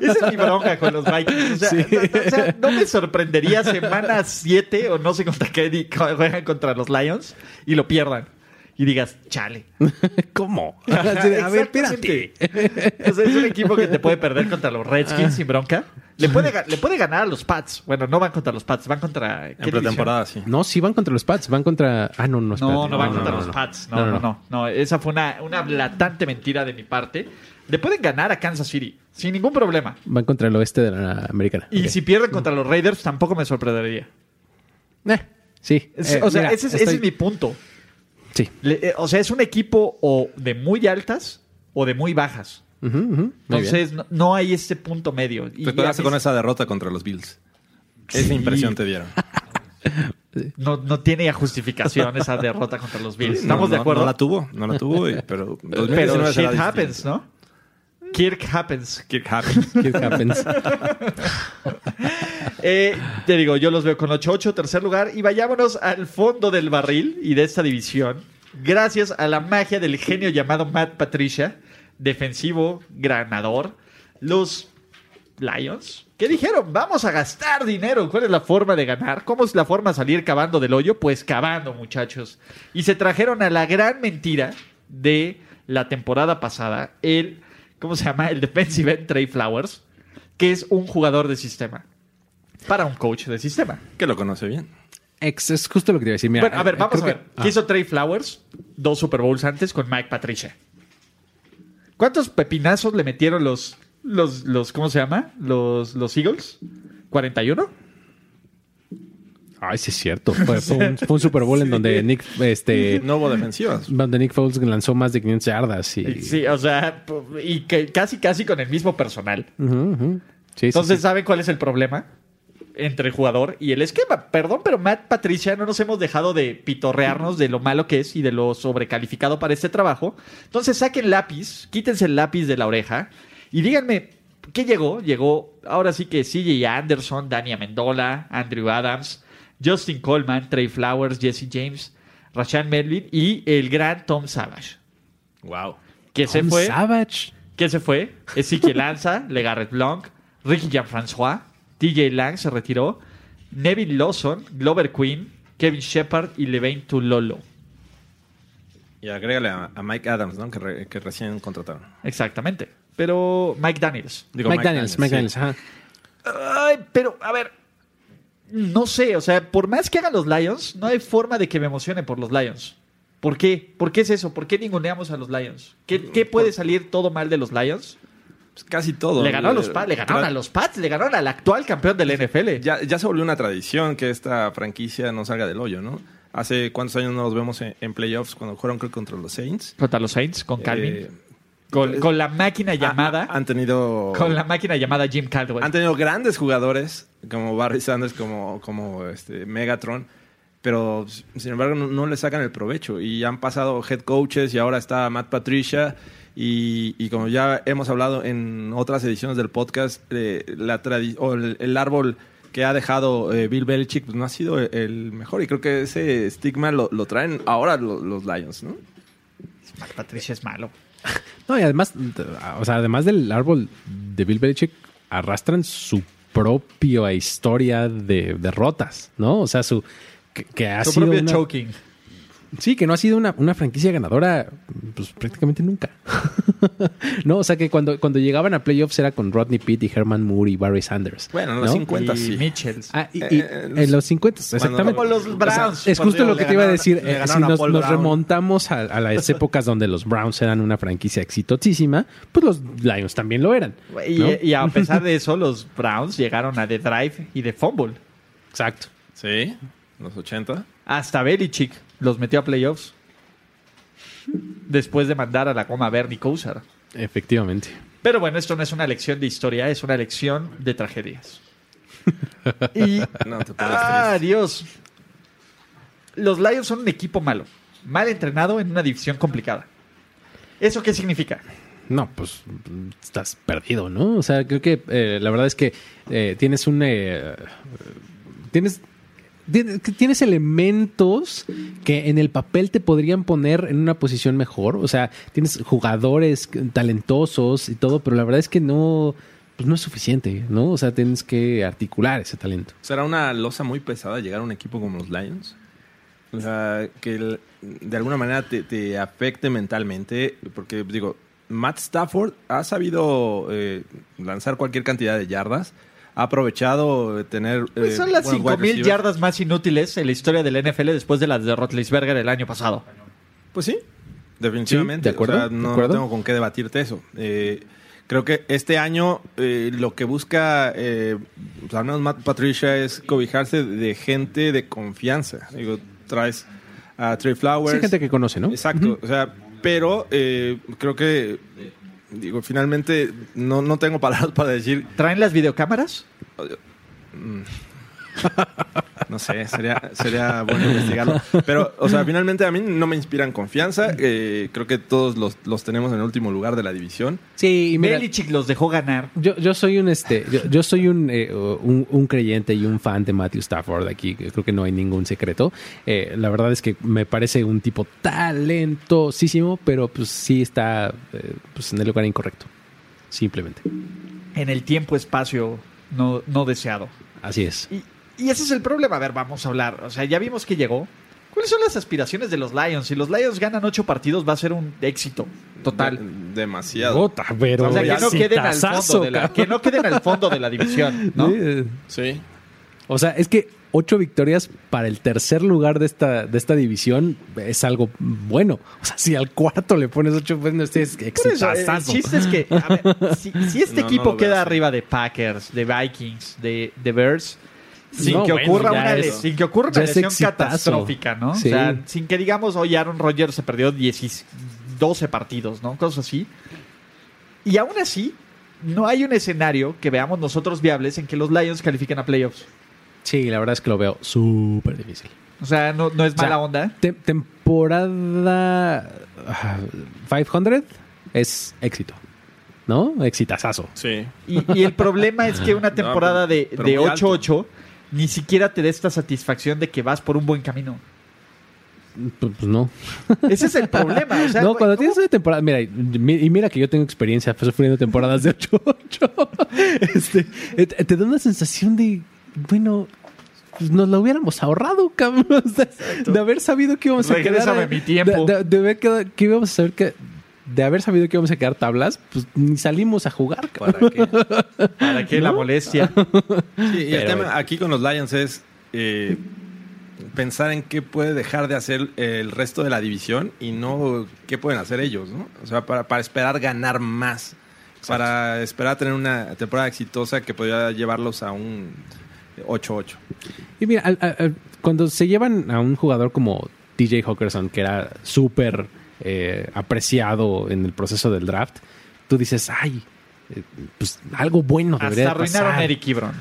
[SPEAKER 1] Esa es mi bronca con los Vikings. O sea, no, no, o sea, no me sorprendería semana 7 o no sé contra qué di- juegan contra los Lions y lo pierdan. Y digas, chale.
[SPEAKER 2] ¿Cómo? Así de, a ver, espérate. Ah.
[SPEAKER 1] Exactamente. O sea, es un equipo que te puede perder contra los Redskins sin bronca. Le puede, ga- le puede ganar a los Pats. Bueno, no van contra los Pats, van contra. ¿qué
[SPEAKER 3] En
[SPEAKER 1] división?
[SPEAKER 3] pretemporada, sí.
[SPEAKER 2] No, sí van contra los Pats, van contra. Ah, no, no, espérate.
[SPEAKER 1] No, no van contra los Pats. No, no, no. no, Esa fue una, una blatante mentira de mi parte. Le pueden ganar a Kansas City sin ningún problema.
[SPEAKER 2] Van contra el oeste de la americana.
[SPEAKER 1] Y
[SPEAKER 2] Ok.
[SPEAKER 1] si pierden contra los Raiders, tampoco me sorprendería.
[SPEAKER 2] Eh, sí.
[SPEAKER 1] Es-
[SPEAKER 2] Eh,
[SPEAKER 1] o sea,
[SPEAKER 2] mira,
[SPEAKER 1] ese, es, ese
[SPEAKER 2] estoy-
[SPEAKER 1] es mi punto.
[SPEAKER 2] Sí.
[SPEAKER 1] Le- eh, o sea, es un equipo o de muy altas o de muy bajas.
[SPEAKER 2] Ujú, ujú. Muy bien.
[SPEAKER 1] Entonces, no, no hay este punto medio. Y
[SPEAKER 3] Te quedaste
[SPEAKER 1] a mí s-
[SPEAKER 3] con Pues, esa derrota contra los Bills. Esa impresión te dieron.
[SPEAKER 1] No, no tiene justificación esa derrota contra los Bills. ¿Estamos
[SPEAKER 3] No,
[SPEAKER 1] de
[SPEAKER 3] no,
[SPEAKER 1] acuerdo?
[SPEAKER 3] No la tuvo, no la tuvo, y- pero 2019
[SPEAKER 1] Pero
[SPEAKER 3] será
[SPEAKER 1] shit
[SPEAKER 3] distinto.
[SPEAKER 1] happens, ¿no? Kirk happens.
[SPEAKER 3] Kirk happens.
[SPEAKER 2] It happens.
[SPEAKER 1] Eh, te digo, yo los veo con 8-8, tercer lugar. Y vayámonos al fondo del barril y de esta división. Gracias a la magia del genio llamado Matt Patricia, defensivo, granador. Los Lions, que dijeron, vamos a gastar dinero. ¿Cuál es la forma de ganar? ¿Cómo es la forma de salir cavando del hoyo? Pues cavando, muchachos. Y se trajeron a la gran mentira de la temporada pasada, el, ¿cómo se llama? El defensive end Trey Flowers, que es un jugador de sistema. Para un coach de sistema.
[SPEAKER 3] Que lo conoce bien.
[SPEAKER 2] Ex- es justo lo que te iba a decir. Mira,
[SPEAKER 1] bueno, a ver,
[SPEAKER 2] eh,
[SPEAKER 1] vamos a
[SPEAKER 2] creo
[SPEAKER 1] ver.
[SPEAKER 2] que-
[SPEAKER 1] ¿Qué hizo Trey Flowers? Dos Super Bowls antes con Mike Patricia. ¿Cuántos pepinazos le metieron los, los, los ¿cómo se llama? Los, los Eagles. ¿41?
[SPEAKER 2] Ah, Ay, sí es cierto. Fue, fue un, fue un Super Bowl en donde Nick, este,
[SPEAKER 3] No hubo defensivas.
[SPEAKER 2] donde Nick Foles lanzó más de 500 yardas y.
[SPEAKER 1] Sí, o sea, p- y que casi, casi con el mismo personal.
[SPEAKER 2] Ujú, ujú. Sí, sí,
[SPEAKER 1] Entonces,
[SPEAKER 2] sí.
[SPEAKER 1] ¿saben cuál es el problema? Entre el jugador y el esquema. Perdón, pero Matt Patricia no nos hemos dejado de pitorrearnos de lo malo que es y de lo sobrecalificado para este trabajo. Entonces, saquen lápiz, quítense el lápiz de la oreja y díganme, ¿qué llegó? Llegó ahora sí que CJ Anderson, Dani Amendola, Andrew Adams, Justin Coleman, Trey Flowers, Jesse James. Rashan Melvin y el gran Tom Savage.
[SPEAKER 3] Wow.
[SPEAKER 1] Que se
[SPEAKER 2] Tom
[SPEAKER 1] fue.
[SPEAKER 2] Savage.
[SPEAKER 1] ¿Quién se fue? Ezequiel Lanza, Legarrette Blanc, Ricky Jean-François, DJ Lang se retiró, Neville Lawson, Glover Queen, Kevin Shepard y Levain Tulolo.
[SPEAKER 3] Y agrégale a, a Mike Adams, ¿no? Que, re- que recién contrataron.
[SPEAKER 1] Exactamente. Pero Mike Daniels.
[SPEAKER 3] Digo,
[SPEAKER 2] Mike, Daniels, Mike Daniels,
[SPEAKER 3] sí.
[SPEAKER 2] ajá.
[SPEAKER 1] Ay, pero, a ver. No sé, o sea, por más que hagan los Lions, no hay forma de que me emocione por los Lions. ¿Por qué? ¿Por qué es eso? ¿Por qué ninguneamos a los Lions? ¿Qué, qué puede salir todo mal de los Lions?
[SPEAKER 3] Pues casi todo.
[SPEAKER 1] Le ganó a los
[SPEAKER 3] Eh,
[SPEAKER 1] Pats, le ganaron
[SPEAKER 3] tra-
[SPEAKER 1] a los Pats, le ganaron al actual campeón del NFL.
[SPEAKER 3] Ya, ya se volvió una tradición que esta franquicia no salga del hoyo, ¿no? Hace cuántos años no los vemos en, en playoffs cuando jugaron, creo, contra los Saints.
[SPEAKER 1] Contra los Saints, con Calvin.
[SPEAKER 3] Eh,
[SPEAKER 1] Con, con la máquina llamada.
[SPEAKER 3] ha- han tenido.
[SPEAKER 1] con la máquina llamada Jim Caldwell.
[SPEAKER 3] Han tenido grandes jugadores como Barry Sanders, como, como este, Megatron, pero sin embargo no, no le sacan el provecho. Y han pasado head coaches y ahora está Matt Patricia. Y, y como ya hemos hablado en otras ediciones del podcast, eh, la tradi- o el, el árbol que ha dejado eh, Bill Belichick pues, no ha sido el, el mejor. Y creo que ese estigma lo, lo traen ahora lo- los Lions, ¿no?
[SPEAKER 1] Patricia es malo.
[SPEAKER 2] No, y además, t- o sea, además del árbol de Bill Belichick, arrastran su propia historia de derrotas, ¿no? O sea, su que, que ha
[SPEAKER 1] Su
[SPEAKER 2] sido
[SPEAKER 1] propio
[SPEAKER 2] una-
[SPEAKER 1] choking.
[SPEAKER 2] sí, que no ha sido una, una franquicia ganadora, pues prácticamente nunca. no, o sea que cuando, cuando llegaban a playoffs era con Rodney Pitt y Herman Moore y Barry Sanders.
[SPEAKER 3] Bueno, en
[SPEAKER 2] ¿no?
[SPEAKER 3] los 50
[SPEAKER 1] y
[SPEAKER 3] sí.
[SPEAKER 1] Mitchells.
[SPEAKER 2] Ah, y,
[SPEAKER 3] Eh,
[SPEAKER 2] y
[SPEAKER 3] eh, los-
[SPEAKER 2] en los 50, exactamente.
[SPEAKER 3] Como los Browns,
[SPEAKER 2] es justo lo que te iba a decir. eh, si nos, nos
[SPEAKER 3] remontamos
[SPEAKER 2] remontamos a, a las épocas donde los Browns eran una franquicia exitosísima, pues los Lions también lo eran.
[SPEAKER 1] Y,
[SPEAKER 2] ¿no?
[SPEAKER 1] y a pesar de eso, los Browns llegaron a The Drive y The Fumble.
[SPEAKER 2] Exacto.
[SPEAKER 3] Sí, los 80.
[SPEAKER 1] Hasta Belichick los metió a playoffs. Después de mandar a la coma a Bernie Kosar.
[SPEAKER 2] Efectivamente.
[SPEAKER 1] Pero bueno, esto no es una lección de historia, es una lección de tragedias. Y
[SPEAKER 3] No, te pones
[SPEAKER 1] Ah, Dios. Los Lions son un equipo malo, mal entrenado en una división complicada. ¿Eso qué significa?
[SPEAKER 3] Eh,
[SPEAKER 2] No, pues mm, estás perdido, ¿no? O sea, creo que eh, la verdad es que eh, tienes un... eh, tienes... tien- Tienes elementos que en el papel te podrían poner en una posición mejor. O sea, tienes jugadores talentosos y todo, pero la verdad es que no, pues no es suficiente, ¿no? O sea, tienes que articular ese talento.
[SPEAKER 3] ¿Será una losa muy pesada llegar a un equipo como los Lions? O sea, que el- de alguna manera te, te afecte mentalmente, porque digo, Matt Stafford ha sabido eh, lanzar cualquier cantidad de yardas, ha aprovechado eh, tener...
[SPEAKER 1] Pues
[SPEAKER 3] eh,
[SPEAKER 1] son las
[SPEAKER 3] buenos wide
[SPEAKER 1] 5.000
[SPEAKER 3] receivers.
[SPEAKER 1] yardas más inútiles en la historia del NFL después de las de Rotlisberger el año pasado.
[SPEAKER 3] Pues sí, definitivamente.
[SPEAKER 2] Sí, de acuerdo,
[SPEAKER 3] O sea,
[SPEAKER 2] de
[SPEAKER 3] no,
[SPEAKER 2] acuerdo.
[SPEAKER 3] no tengo con qué debatirte eso. Eh, creo que este año eh, lo que busca, eh, pues, al menos Matt Patricia, es cobijarse de gente de confianza. Digo, traes a Trey Flowers.
[SPEAKER 2] Sí, gente que conoce, ¿no?
[SPEAKER 3] Exacto. O sea, pero eh, creo que, digo, finalmente no, no tengo palabras para decir,
[SPEAKER 1] ¿Traen las videocámaras?
[SPEAKER 3] no sé, sería, sería bueno investigarlo. Pero, o sea, finalmente a mí no me inspiran confianza. Eh, creo que todos los, los tenemos en el último lugar de la división.
[SPEAKER 2] Sí, y
[SPEAKER 1] Belichick los dejó ganar.
[SPEAKER 2] Yo, yo soy un este, yo, yo soy un, eh, un, un creyente y un fan de Matthew Stafford aquí. Creo que no hay ningún secreto. Eh, la verdad es que me parece un tipo talentosísimo, pero pues sí está eh, pues, en el lugar incorrecto. Simplemente.
[SPEAKER 1] En el tiempo-espacio no, no deseado.
[SPEAKER 2] Así es.
[SPEAKER 1] Y, y ese es el problema. A ver, vamos a hablar. O sea, ya vimos que llegó. ¿Cuáles son las aspiraciones de los Lions? Si los Lions ganan ocho partidos, va a ser un éxito total.
[SPEAKER 3] De- demasiado.
[SPEAKER 2] Gota, pero
[SPEAKER 1] O sea, que no,
[SPEAKER 2] sí,
[SPEAKER 1] queden al fondo
[SPEAKER 2] tazazo,
[SPEAKER 1] de la,
[SPEAKER 2] cabrón.
[SPEAKER 1] que no queden al fondo de la división, ¿no?
[SPEAKER 2] Eh,
[SPEAKER 3] Sí.
[SPEAKER 2] O sea, es que ocho victorias para el tercer lugar de esta, de esta división es algo bueno. O sea, si al cuarto le pones ocho, pues no estés
[SPEAKER 1] Por eso, eh, el
[SPEAKER 2] exitazazo.
[SPEAKER 1] chiste es que, a ver, si, si este
[SPEAKER 3] No, no
[SPEAKER 1] equipo
[SPEAKER 3] lo veo
[SPEAKER 1] queda
[SPEAKER 3] así.
[SPEAKER 1] arriba de Packers, de Vikings, de, de Bears, sin,
[SPEAKER 2] No,
[SPEAKER 1] que
[SPEAKER 2] bueno,
[SPEAKER 1] ocurra
[SPEAKER 2] ya
[SPEAKER 1] una, le-
[SPEAKER 2] es-
[SPEAKER 1] sin que ocurra
[SPEAKER 2] ya
[SPEAKER 1] una
[SPEAKER 2] es
[SPEAKER 1] lesión
[SPEAKER 2] exitazo.
[SPEAKER 1] catastrófica, ¿no?
[SPEAKER 2] Sí.
[SPEAKER 1] O sea, sin que digamos, oye, Aaron Rodgers se perdió 10 12 partidos, ¿no? Cosas así. Y aún así, no hay un escenario que veamos nosotros viables en que los Lions califiquen a playoffs.
[SPEAKER 2] Sí, la verdad es que lo veo súper difícil.
[SPEAKER 1] O sea, no, no es
[SPEAKER 2] O sea,
[SPEAKER 1] mala onda.
[SPEAKER 2] Tem- temporada ah, 500 es éxito, ¿no? Exitazazo.
[SPEAKER 3] Sí.
[SPEAKER 1] Y, y el problema es que una temporada de,
[SPEAKER 3] pero
[SPEAKER 1] de
[SPEAKER 3] muy alto.
[SPEAKER 1] 8-8 ni siquiera te da esta satisfacción de que vas por un buen camino.
[SPEAKER 2] Pues pues no.
[SPEAKER 1] Ese es el problema. O sea,
[SPEAKER 2] no,
[SPEAKER 1] güey,
[SPEAKER 2] cuando
[SPEAKER 1] ¿cómo
[SPEAKER 2] tienes una temporada, mira, y mi- y mira que yo tengo experiencia pues, sufriendo temporadas de 8-8. Este, eh, te te da una sensación de, bueno, pues, nos la hubiéramos ahorrado, cabrón. O sea, de haber sabido que íbamos a quedar.
[SPEAKER 1] Regrésame
[SPEAKER 2] eh,
[SPEAKER 1] mi tiempo.
[SPEAKER 2] De, de- de haber quedado- que íbamos a saber que. De haber sabido que íbamos a quedar tablas, pues ni salimos a jugar, cabrón.
[SPEAKER 3] ¿Para qué?
[SPEAKER 1] ¿Para qué la molestia?
[SPEAKER 3] Sí, y el
[SPEAKER 2] Pero-
[SPEAKER 3] tema aquí con los Lions es eh, pensar en qué puede dejar de hacer el resto de la división y no qué pueden hacer ellos, ¿no? O sea, para, para esperar ganar más, para esperar tener una temporada exitosa que podría llevarlos a un 8-8.
[SPEAKER 2] Y mira, al- al- al- cuando se llevan a un jugador como TJ Hawkinson, que era súper eh, apreciado en el proceso del draft, tú dices, ay, eh, pues algo bueno debería
[SPEAKER 1] Hasta
[SPEAKER 2] de
[SPEAKER 1] arruinaron a
[SPEAKER 2] pasar.
[SPEAKER 1] Eric Ibron.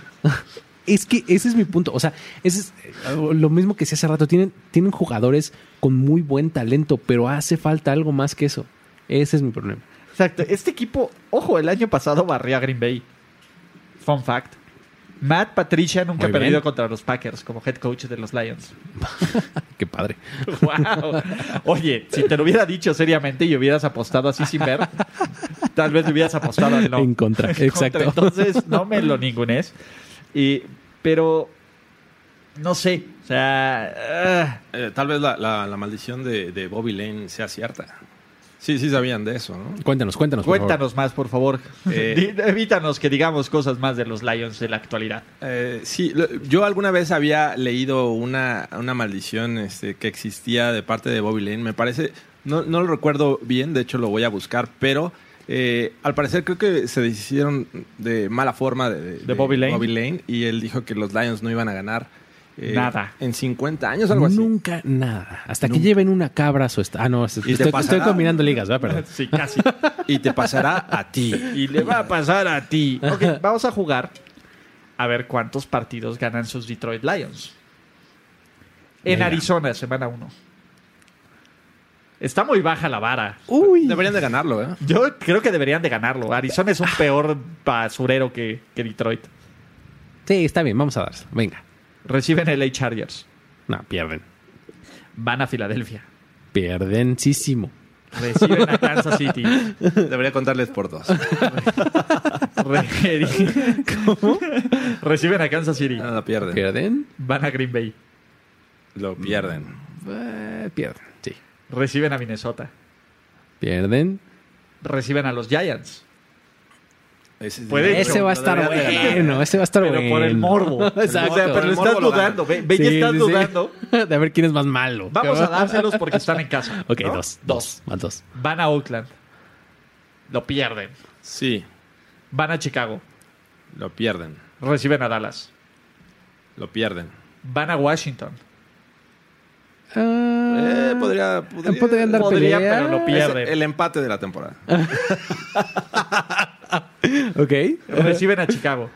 [SPEAKER 2] Es que ese es mi punto. O sea, ese es eh, lo mismo que decía hace rato. Tienen, tienen jugadores con muy buen talento, pero hace falta algo más que eso. Ese es mi problema.
[SPEAKER 1] Exacto. Este equipo, ojo, el año pasado barrió a Green Bay. Fun fact. Matt Patricia nunca ha
[SPEAKER 2] Muy bien.
[SPEAKER 1] perdido contra los Packers como head coach de los Lions.
[SPEAKER 2] Qué padre.
[SPEAKER 1] Wow. Oye, si te lo hubiera dicho seriamente y hubieras apostado así sin ver, tal vez hubieras apostado al no.
[SPEAKER 2] En contra.
[SPEAKER 1] contra.
[SPEAKER 2] Exacto.
[SPEAKER 1] Entonces, no me lo ningunes. Y, pero, no sé. O sea, ah,
[SPEAKER 3] Eh, tal vez la, la- la maldición de, de Bobby Lane sea cierta. Sí, sí sabían de eso, ¿no?
[SPEAKER 2] Cuéntanos, cuéntanos. por favor.
[SPEAKER 1] cuéntanos más, por favor.
[SPEAKER 3] Eh.
[SPEAKER 1] Di- Evítanos que digamos cosas más de los Lions de la actualidad.
[SPEAKER 3] Eh, sí, lo- yo alguna vez había leído una, una maldición este, que existía de parte de Bobby Lane. Me parece, no, no lo recuerdo bien, de hecho lo voy a buscar, pero eh, al parecer creo que se deshicieron de mala forma de, de- de
[SPEAKER 1] Bobby Lane?
[SPEAKER 3] y él dijo que los Lions no iban a ganar. eh,
[SPEAKER 1] Nada.
[SPEAKER 3] En 50 años, algo así.
[SPEAKER 2] Nunca nada. Hasta que lleven una cabra a su esta- Ah, no, estoy,
[SPEAKER 3] te
[SPEAKER 2] estoy
[SPEAKER 3] pasará.
[SPEAKER 2] combinando ligas, ¿verdad? Perdón.
[SPEAKER 1] Sí, casi.
[SPEAKER 3] Y te pasará a ti.
[SPEAKER 1] Y le va a pasar a ti. Ok, vamos a jugar a ver cuántos partidos ganan sus Detroit Lions. En
[SPEAKER 2] Venga.
[SPEAKER 1] Arizona, semana 1. Está muy baja la vara.
[SPEAKER 2] Uy.
[SPEAKER 3] Deberían de ganarlo, ¿eh?
[SPEAKER 1] Yo creo que deberían de ganarlo. Arizona es
[SPEAKER 2] Ah.
[SPEAKER 1] un peor basurero que, que Detroit.
[SPEAKER 2] Sí, está bien, vamos a darse. Venga.
[SPEAKER 1] Reciben LA Chargers.
[SPEAKER 2] No, pierden.
[SPEAKER 1] Van a Filadelfia.
[SPEAKER 2] Pierdencísimo.
[SPEAKER 1] Reciben a Kansas City.
[SPEAKER 3] Debería contarles por dos.
[SPEAKER 1] Re- Reciben a Kansas City.
[SPEAKER 3] No, lo pierden.
[SPEAKER 2] ¿Pierden?
[SPEAKER 1] Van a Green Bay.
[SPEAKER 3] Lo pierden.
[SPEAKER 2] Eh, pierden, sí.
[SPEAKER 1] Reciben a Minnesota.
[SPEAKER 2] Pierden.
[SPEAKER 1] Reciben a los Giants.
[SPEAKER 3] Ese,
[SPEAKER 1] Puede- De hecho,
[SPEAKER 2] ese va a estar
[SPEAKER 3] deberían de ganar.
[SPEAKER 2] bueno, ese va a estar
[SPEAKER 1] Pero
[SPEAKER 2] bueno.
[SPEAKER 1] por el morbo.
[SPEAKER 2] Exacto.
[SPEAKER 1] O sea,
[SPEAKER 3] Por
[SPEAKER 1] pero
[SPEAKER 3] el
[SPEAKER 1] estás
[SPEAKER 3] morbo lo
[SPEAKER 1] dudando. Ve, ve, ya
[SPEAKER 2] Sí,
[SPEAKER 1] estás
[SPEAKER 2] sí, sí.
[SPEAKER 1] dudando.
[SPEAKER 2] De ver quién es más malo.
[SPEAKER 1] Vamos a dárselos porque están en casa.
[SPEAKER 2] Ok,
[SPEAKER 1] ¿no?
[SPEAKER 2] dos, dos. Más dos.
[SPEAKER 1] Van a Oakland. Lo pierden.
[SPEAKER 3] Sí,
[SPEAKER 1] Van a Chicago.
[SPEAKER 3] lo pierden.
[SPEAKER 1] Reciben a Dallas.
[SPEAKER 3] Lo pierden.
[SPEAKER 1] Van a Washington.
[SPEAKER 2] Ah,
[SPEAKER 3] Eh, podría, podría,
[SPEAKER 2] podrían dar
[SPEAKER 1] podría,
[SPEAKER 2] pelea.
[SPEAKER 1] pero lo
[SPEAKER 3] Es
[SPEAKER 1] pierden.
[SPEAKER 3] el empate de la temporada.
[SPEAKER 2] Ok.
[SPEAKER 1] Reciben a Chicago.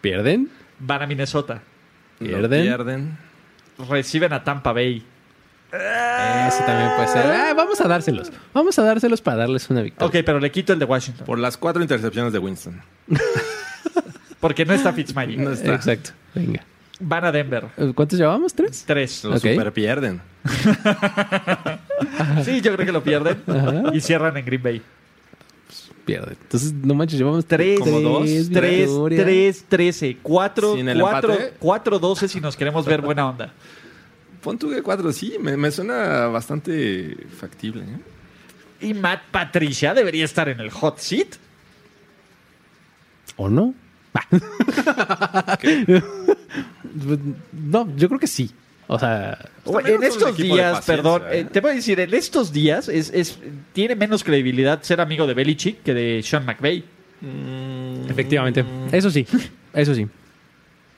[SPEAKER 2] Pierden.
[SPEAKER 1] Van a Minnesota.
[SPEAKER 3] Lo
[SPEAKER 2] Pierden.
[SPEAKER 3] pierden.
[SPEAKER 1] Reciben a Tampa Bay.
[SPEAKER 2] Ese también puede ser. Ah, vamos a dárselos. Vamos a dárselos para darles una victoria.
[SPEAKER 1] Ok, pero le quito el de Washington.
[SPEAKER 3] Por las cuatro intercepciones de Winston.
[SPEAKER 1] Porque no está Fitzmagic.
[SPEAKER 3] No está.
[SPEAKER 2] Exacto. Venga.
[SPEAKER 1] Van a Denver.
[SPEAKER 2] Eh, ¿Cuántos llevamos? ¿Tres?
[SPEAKER 1] Tres.
[SPEAKER 3] Lo
[SPEAKER 2] Ok.
[SPEAKER 3] super pierden.
[SPEAKER 1] Sí, yo creo que lo pierden. Y cierran en Green Bay.
[SPEAKER 2] Pierden. Entonces, no manches, llevamos
[SPEAKER 1] Tres,
[SPEAKER 2] tres.
[SPEAKER 3] Como dos,
[SPEAKER 1] Tres,
[SPEAKER 2] victorias.
[SPEAKER 1] tres, trece. Cuatro,
[SPEAKER 3] Sin el
[SPEAKER 1] cuatro,
[SPEAKER 3] empate.
[SPEAKER 1] cuatro, doce si nos queremos ver buena onda.
[SPEAKER 3] Pon tu G4, sí, me, me suena bastante factible. ¿eh?
[SPEAKER 1] Y Matt Patricia debería estar en el hot seat.
[SPEAKER 2] ¿O no? Va. no, yo creo que sí. O sea,
[SPEAKER 1] en
[SPEAKER 3] también no son un
[SPEAKER 1] estos
[SPEAKER 3] equipo de
[SPEAKER 1] días,
[SPEAKER 3] paciencia,
[SPEAKER 1] perdón,
[SPEAKER 3] ¿eh?
[SPEAKER 1] eh, te voy a decir, en estos días es, es- tiene menos credibilidad ser amigo de Belichick que de Sean McVay.
[SPEAKER 2] efectivamente. Eso sí, eso sí.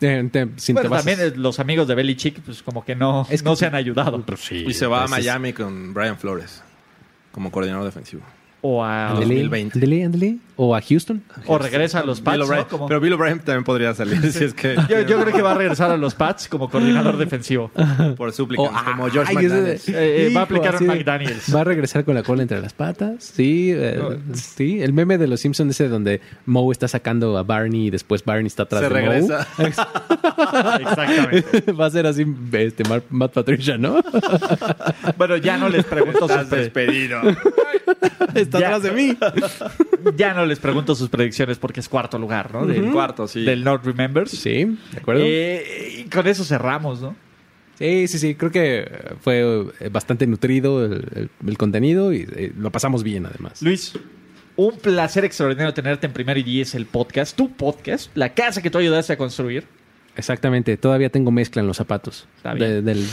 [SPEAKER 2] Eh, te- sin
[SPEAKER 1] Bueno,
[SPEAKER 2] te vas-
[SPEAKER 1] también eh, los amigos de Belichick, pues como que no,
[SPEAKER 2] Es que
[SPEAKER 1] no
[SPEAKER 2] sí.
[SPEAKER 1] se han ayudado.
[SPEAKER 2] Pero sí,
[SPEAKER 3] Y se va a
[SPEAKER 2] entonces-
[SPEAKER 3] Miami con Brian Flores como coordinador defensivo.
[SPEAKER 1] O a,
[SPEAKER 2] Ándele,
[SPEAKER 3] 2020.
[SPEAKER 2] ándele, ándele. o a Houston.
[SPEAKER 1] O regresa a los Pats,
[SPEAKER 3] Bill
[SPEAKER 1] ¿no?
[SPEAKER 3] O'Brien-
[SPEAKER 1] Como-
[SPEAKER 3] Pero Bill O'Brien también podría salir, si es que
[SPEAKER 1] yo, yo creo que va a regresar a los Pats como coordinador defensivo.
[SPEAKER 3] por súplicas,
[SPEAKER 2] O-
[SPEAKER 3] como
[SPEAKER 2] ay,
[SPEAKER 3] George
[SPEAKER 2] ese-
[SPEAKER 3] McDaniels.
[SPEAKER 1] Eh, eh, va a aplicar
[SPEAKER 2] así
[SPEAKER 1] un
[SPEAKER 2] de-
[SPEAKER 1] McDaniels.
[SPEAKER 2] Va a regresar con la cola entre las patas. Sí, eh, sí. El meme de los Simpsons ese donde Moe está sacando a Barney y después Barney está atrás
[SPEAKER 3] Se
[SPEAKER 2] de Moe.
[SPEAKER 3] regresa.
[SPEAKER 1] Exactamente.
[SPEAKER 2] Va a ser así este, Mar- Matt Patricia, ¿no?
[SPEAKER 1] Bueno, ya no les pregunto sus
[SPEAKER 3] Estás
[SPEAKER 1] pre-
[SPEAKER 3] despedido.
[SPEAKER 2] Está
[SPEAKER 1] Ya.
[SPEAKER 2] atrás de mí.
[SPEAKER 1] ya no les pregunto sus predicciones porque es cuarto lugar, ¿no? Del
[SPEAKER 3] Ujú. Cuarto, sí.
[SPEAKER 1] Del Not Remembers.
[SPEAKER 2] Sí, ¿de acuerdo?
[SPEAKER 1] Eh, y con eso cerramos, ¿no?
[SPEAKER 2] Sí, sí, sí. Creo que eh, fue eh, bastante nutrido el, el- el contenido y eh, lo pasamos bien, además.
[SPEAKER 1] Luis, un placer extraordinario tenerte en Primero y Diez, el podcast, tu podcast, la casa que tú ayudaste a construir.
[SPEAKER 2] Exactamente. Todavía tengo mezcla en los zapatos.
[SPEAKER 1] Está bien.
[SPEAKER 2] De- del,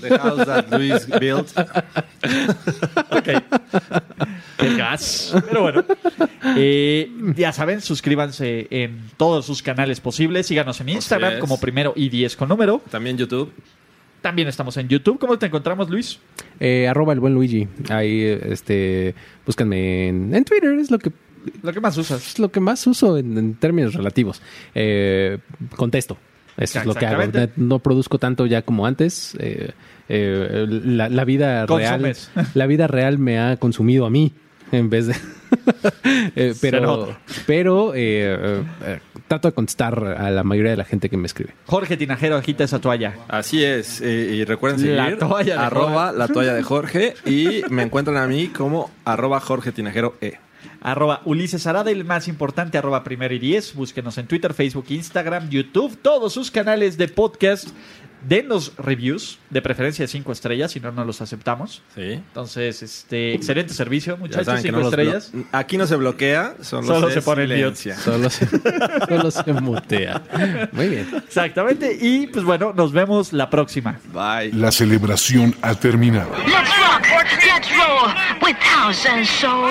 [SPEAKER 3] The house that Luis built.
[SPEAKER 1] Ok. Qué gas. Pero bueno. Eh, ya saben, suscríbanse en todos sus canales posibles. Síganos en Instagram
[SPEAKER 3] es.
[SPEAKER 1] como Primero y Diez con número.
[SPEAKER 3] También YouTube.
[SPEAKER 1] También estamos en YouTube. ¿Cómo te encontramos, Luis?
[SPEAKER 2] Eh, arroba el buen Luigi. Ahí, eh, este, búscanme en, en Twitter, es lo que
[SPEAKER 1] Lo que más usas.
[SPEAKER 2] es lo que más uso en, en términos relativos. Eh, contesto. Eso es lo que hago.
[SPEAKER 1] Exactamente.
[SPEAKER 2] No produzco tanto ya como antes. Eh, eh, la, la vida
[SPEAKER 1] Consumes.
[SPEAKER 2] real. La vida real me ha consumido a mí en vez de. Eh,
[SPEAKER 1] Se
[SPEAKER 2] pero
[SPEAKER 1] nota.
[SPEAKER 2] pero eh, eh, trato de contestar a la mayoría de la gente que me escribe.
[SPEAKER 1] Jorge Tinajero agita esa toalla.
[SPEAKER 3] Así es. eh, y recuerden seguir
[SPEAKER 1] La toalla de
[SPEAKER 3] arroba
[SPEAKER 1] Jorge.
[SPEAKER 3] la toalla de Jorge. Y me encuentran a mí como arroba Jorge Tinajero E.
[SPEAKER 1] Arroba Ulises Arada y el más importante, arroba Primero y Diez. Búsquenos en Twitter, Facebook, Instagram, YouTube, todos sus canales de podcast. Denos reviews, de preferencia de cinco estrellas, si no, no los aceptamos.
[SPEAKER 3] Sí.
[SPEAKER 1] Entonces, este, excelente servicio,
[SPEAKER 3] Ya
[SPEAKER 1] muchachos,
[SPEAKER 3] saben que
[SPEAKER 1] cinco
[SPEAKER 3] no los
[SPEAKER 1] estrellas.
[SPEAKER 3] blo- Aquí no se bloquea, son los
[SPEAKER 1] Solo
[SPEAKER 3] de
[SPEAKER 1] se pone el
[SPEAKER 3] silencia.
[SPEAKER 2] Solo se, solo se mutea. Muy bien.
[SPEAKER 1] Exactamente. Y pues bueno, nos vemos la próxima.
[SPEAKER 3] Bye.
[SPEAKER 5] La celebración ha terminado.
[SPEAKER 6] Let's rock, let's roll with house and soul.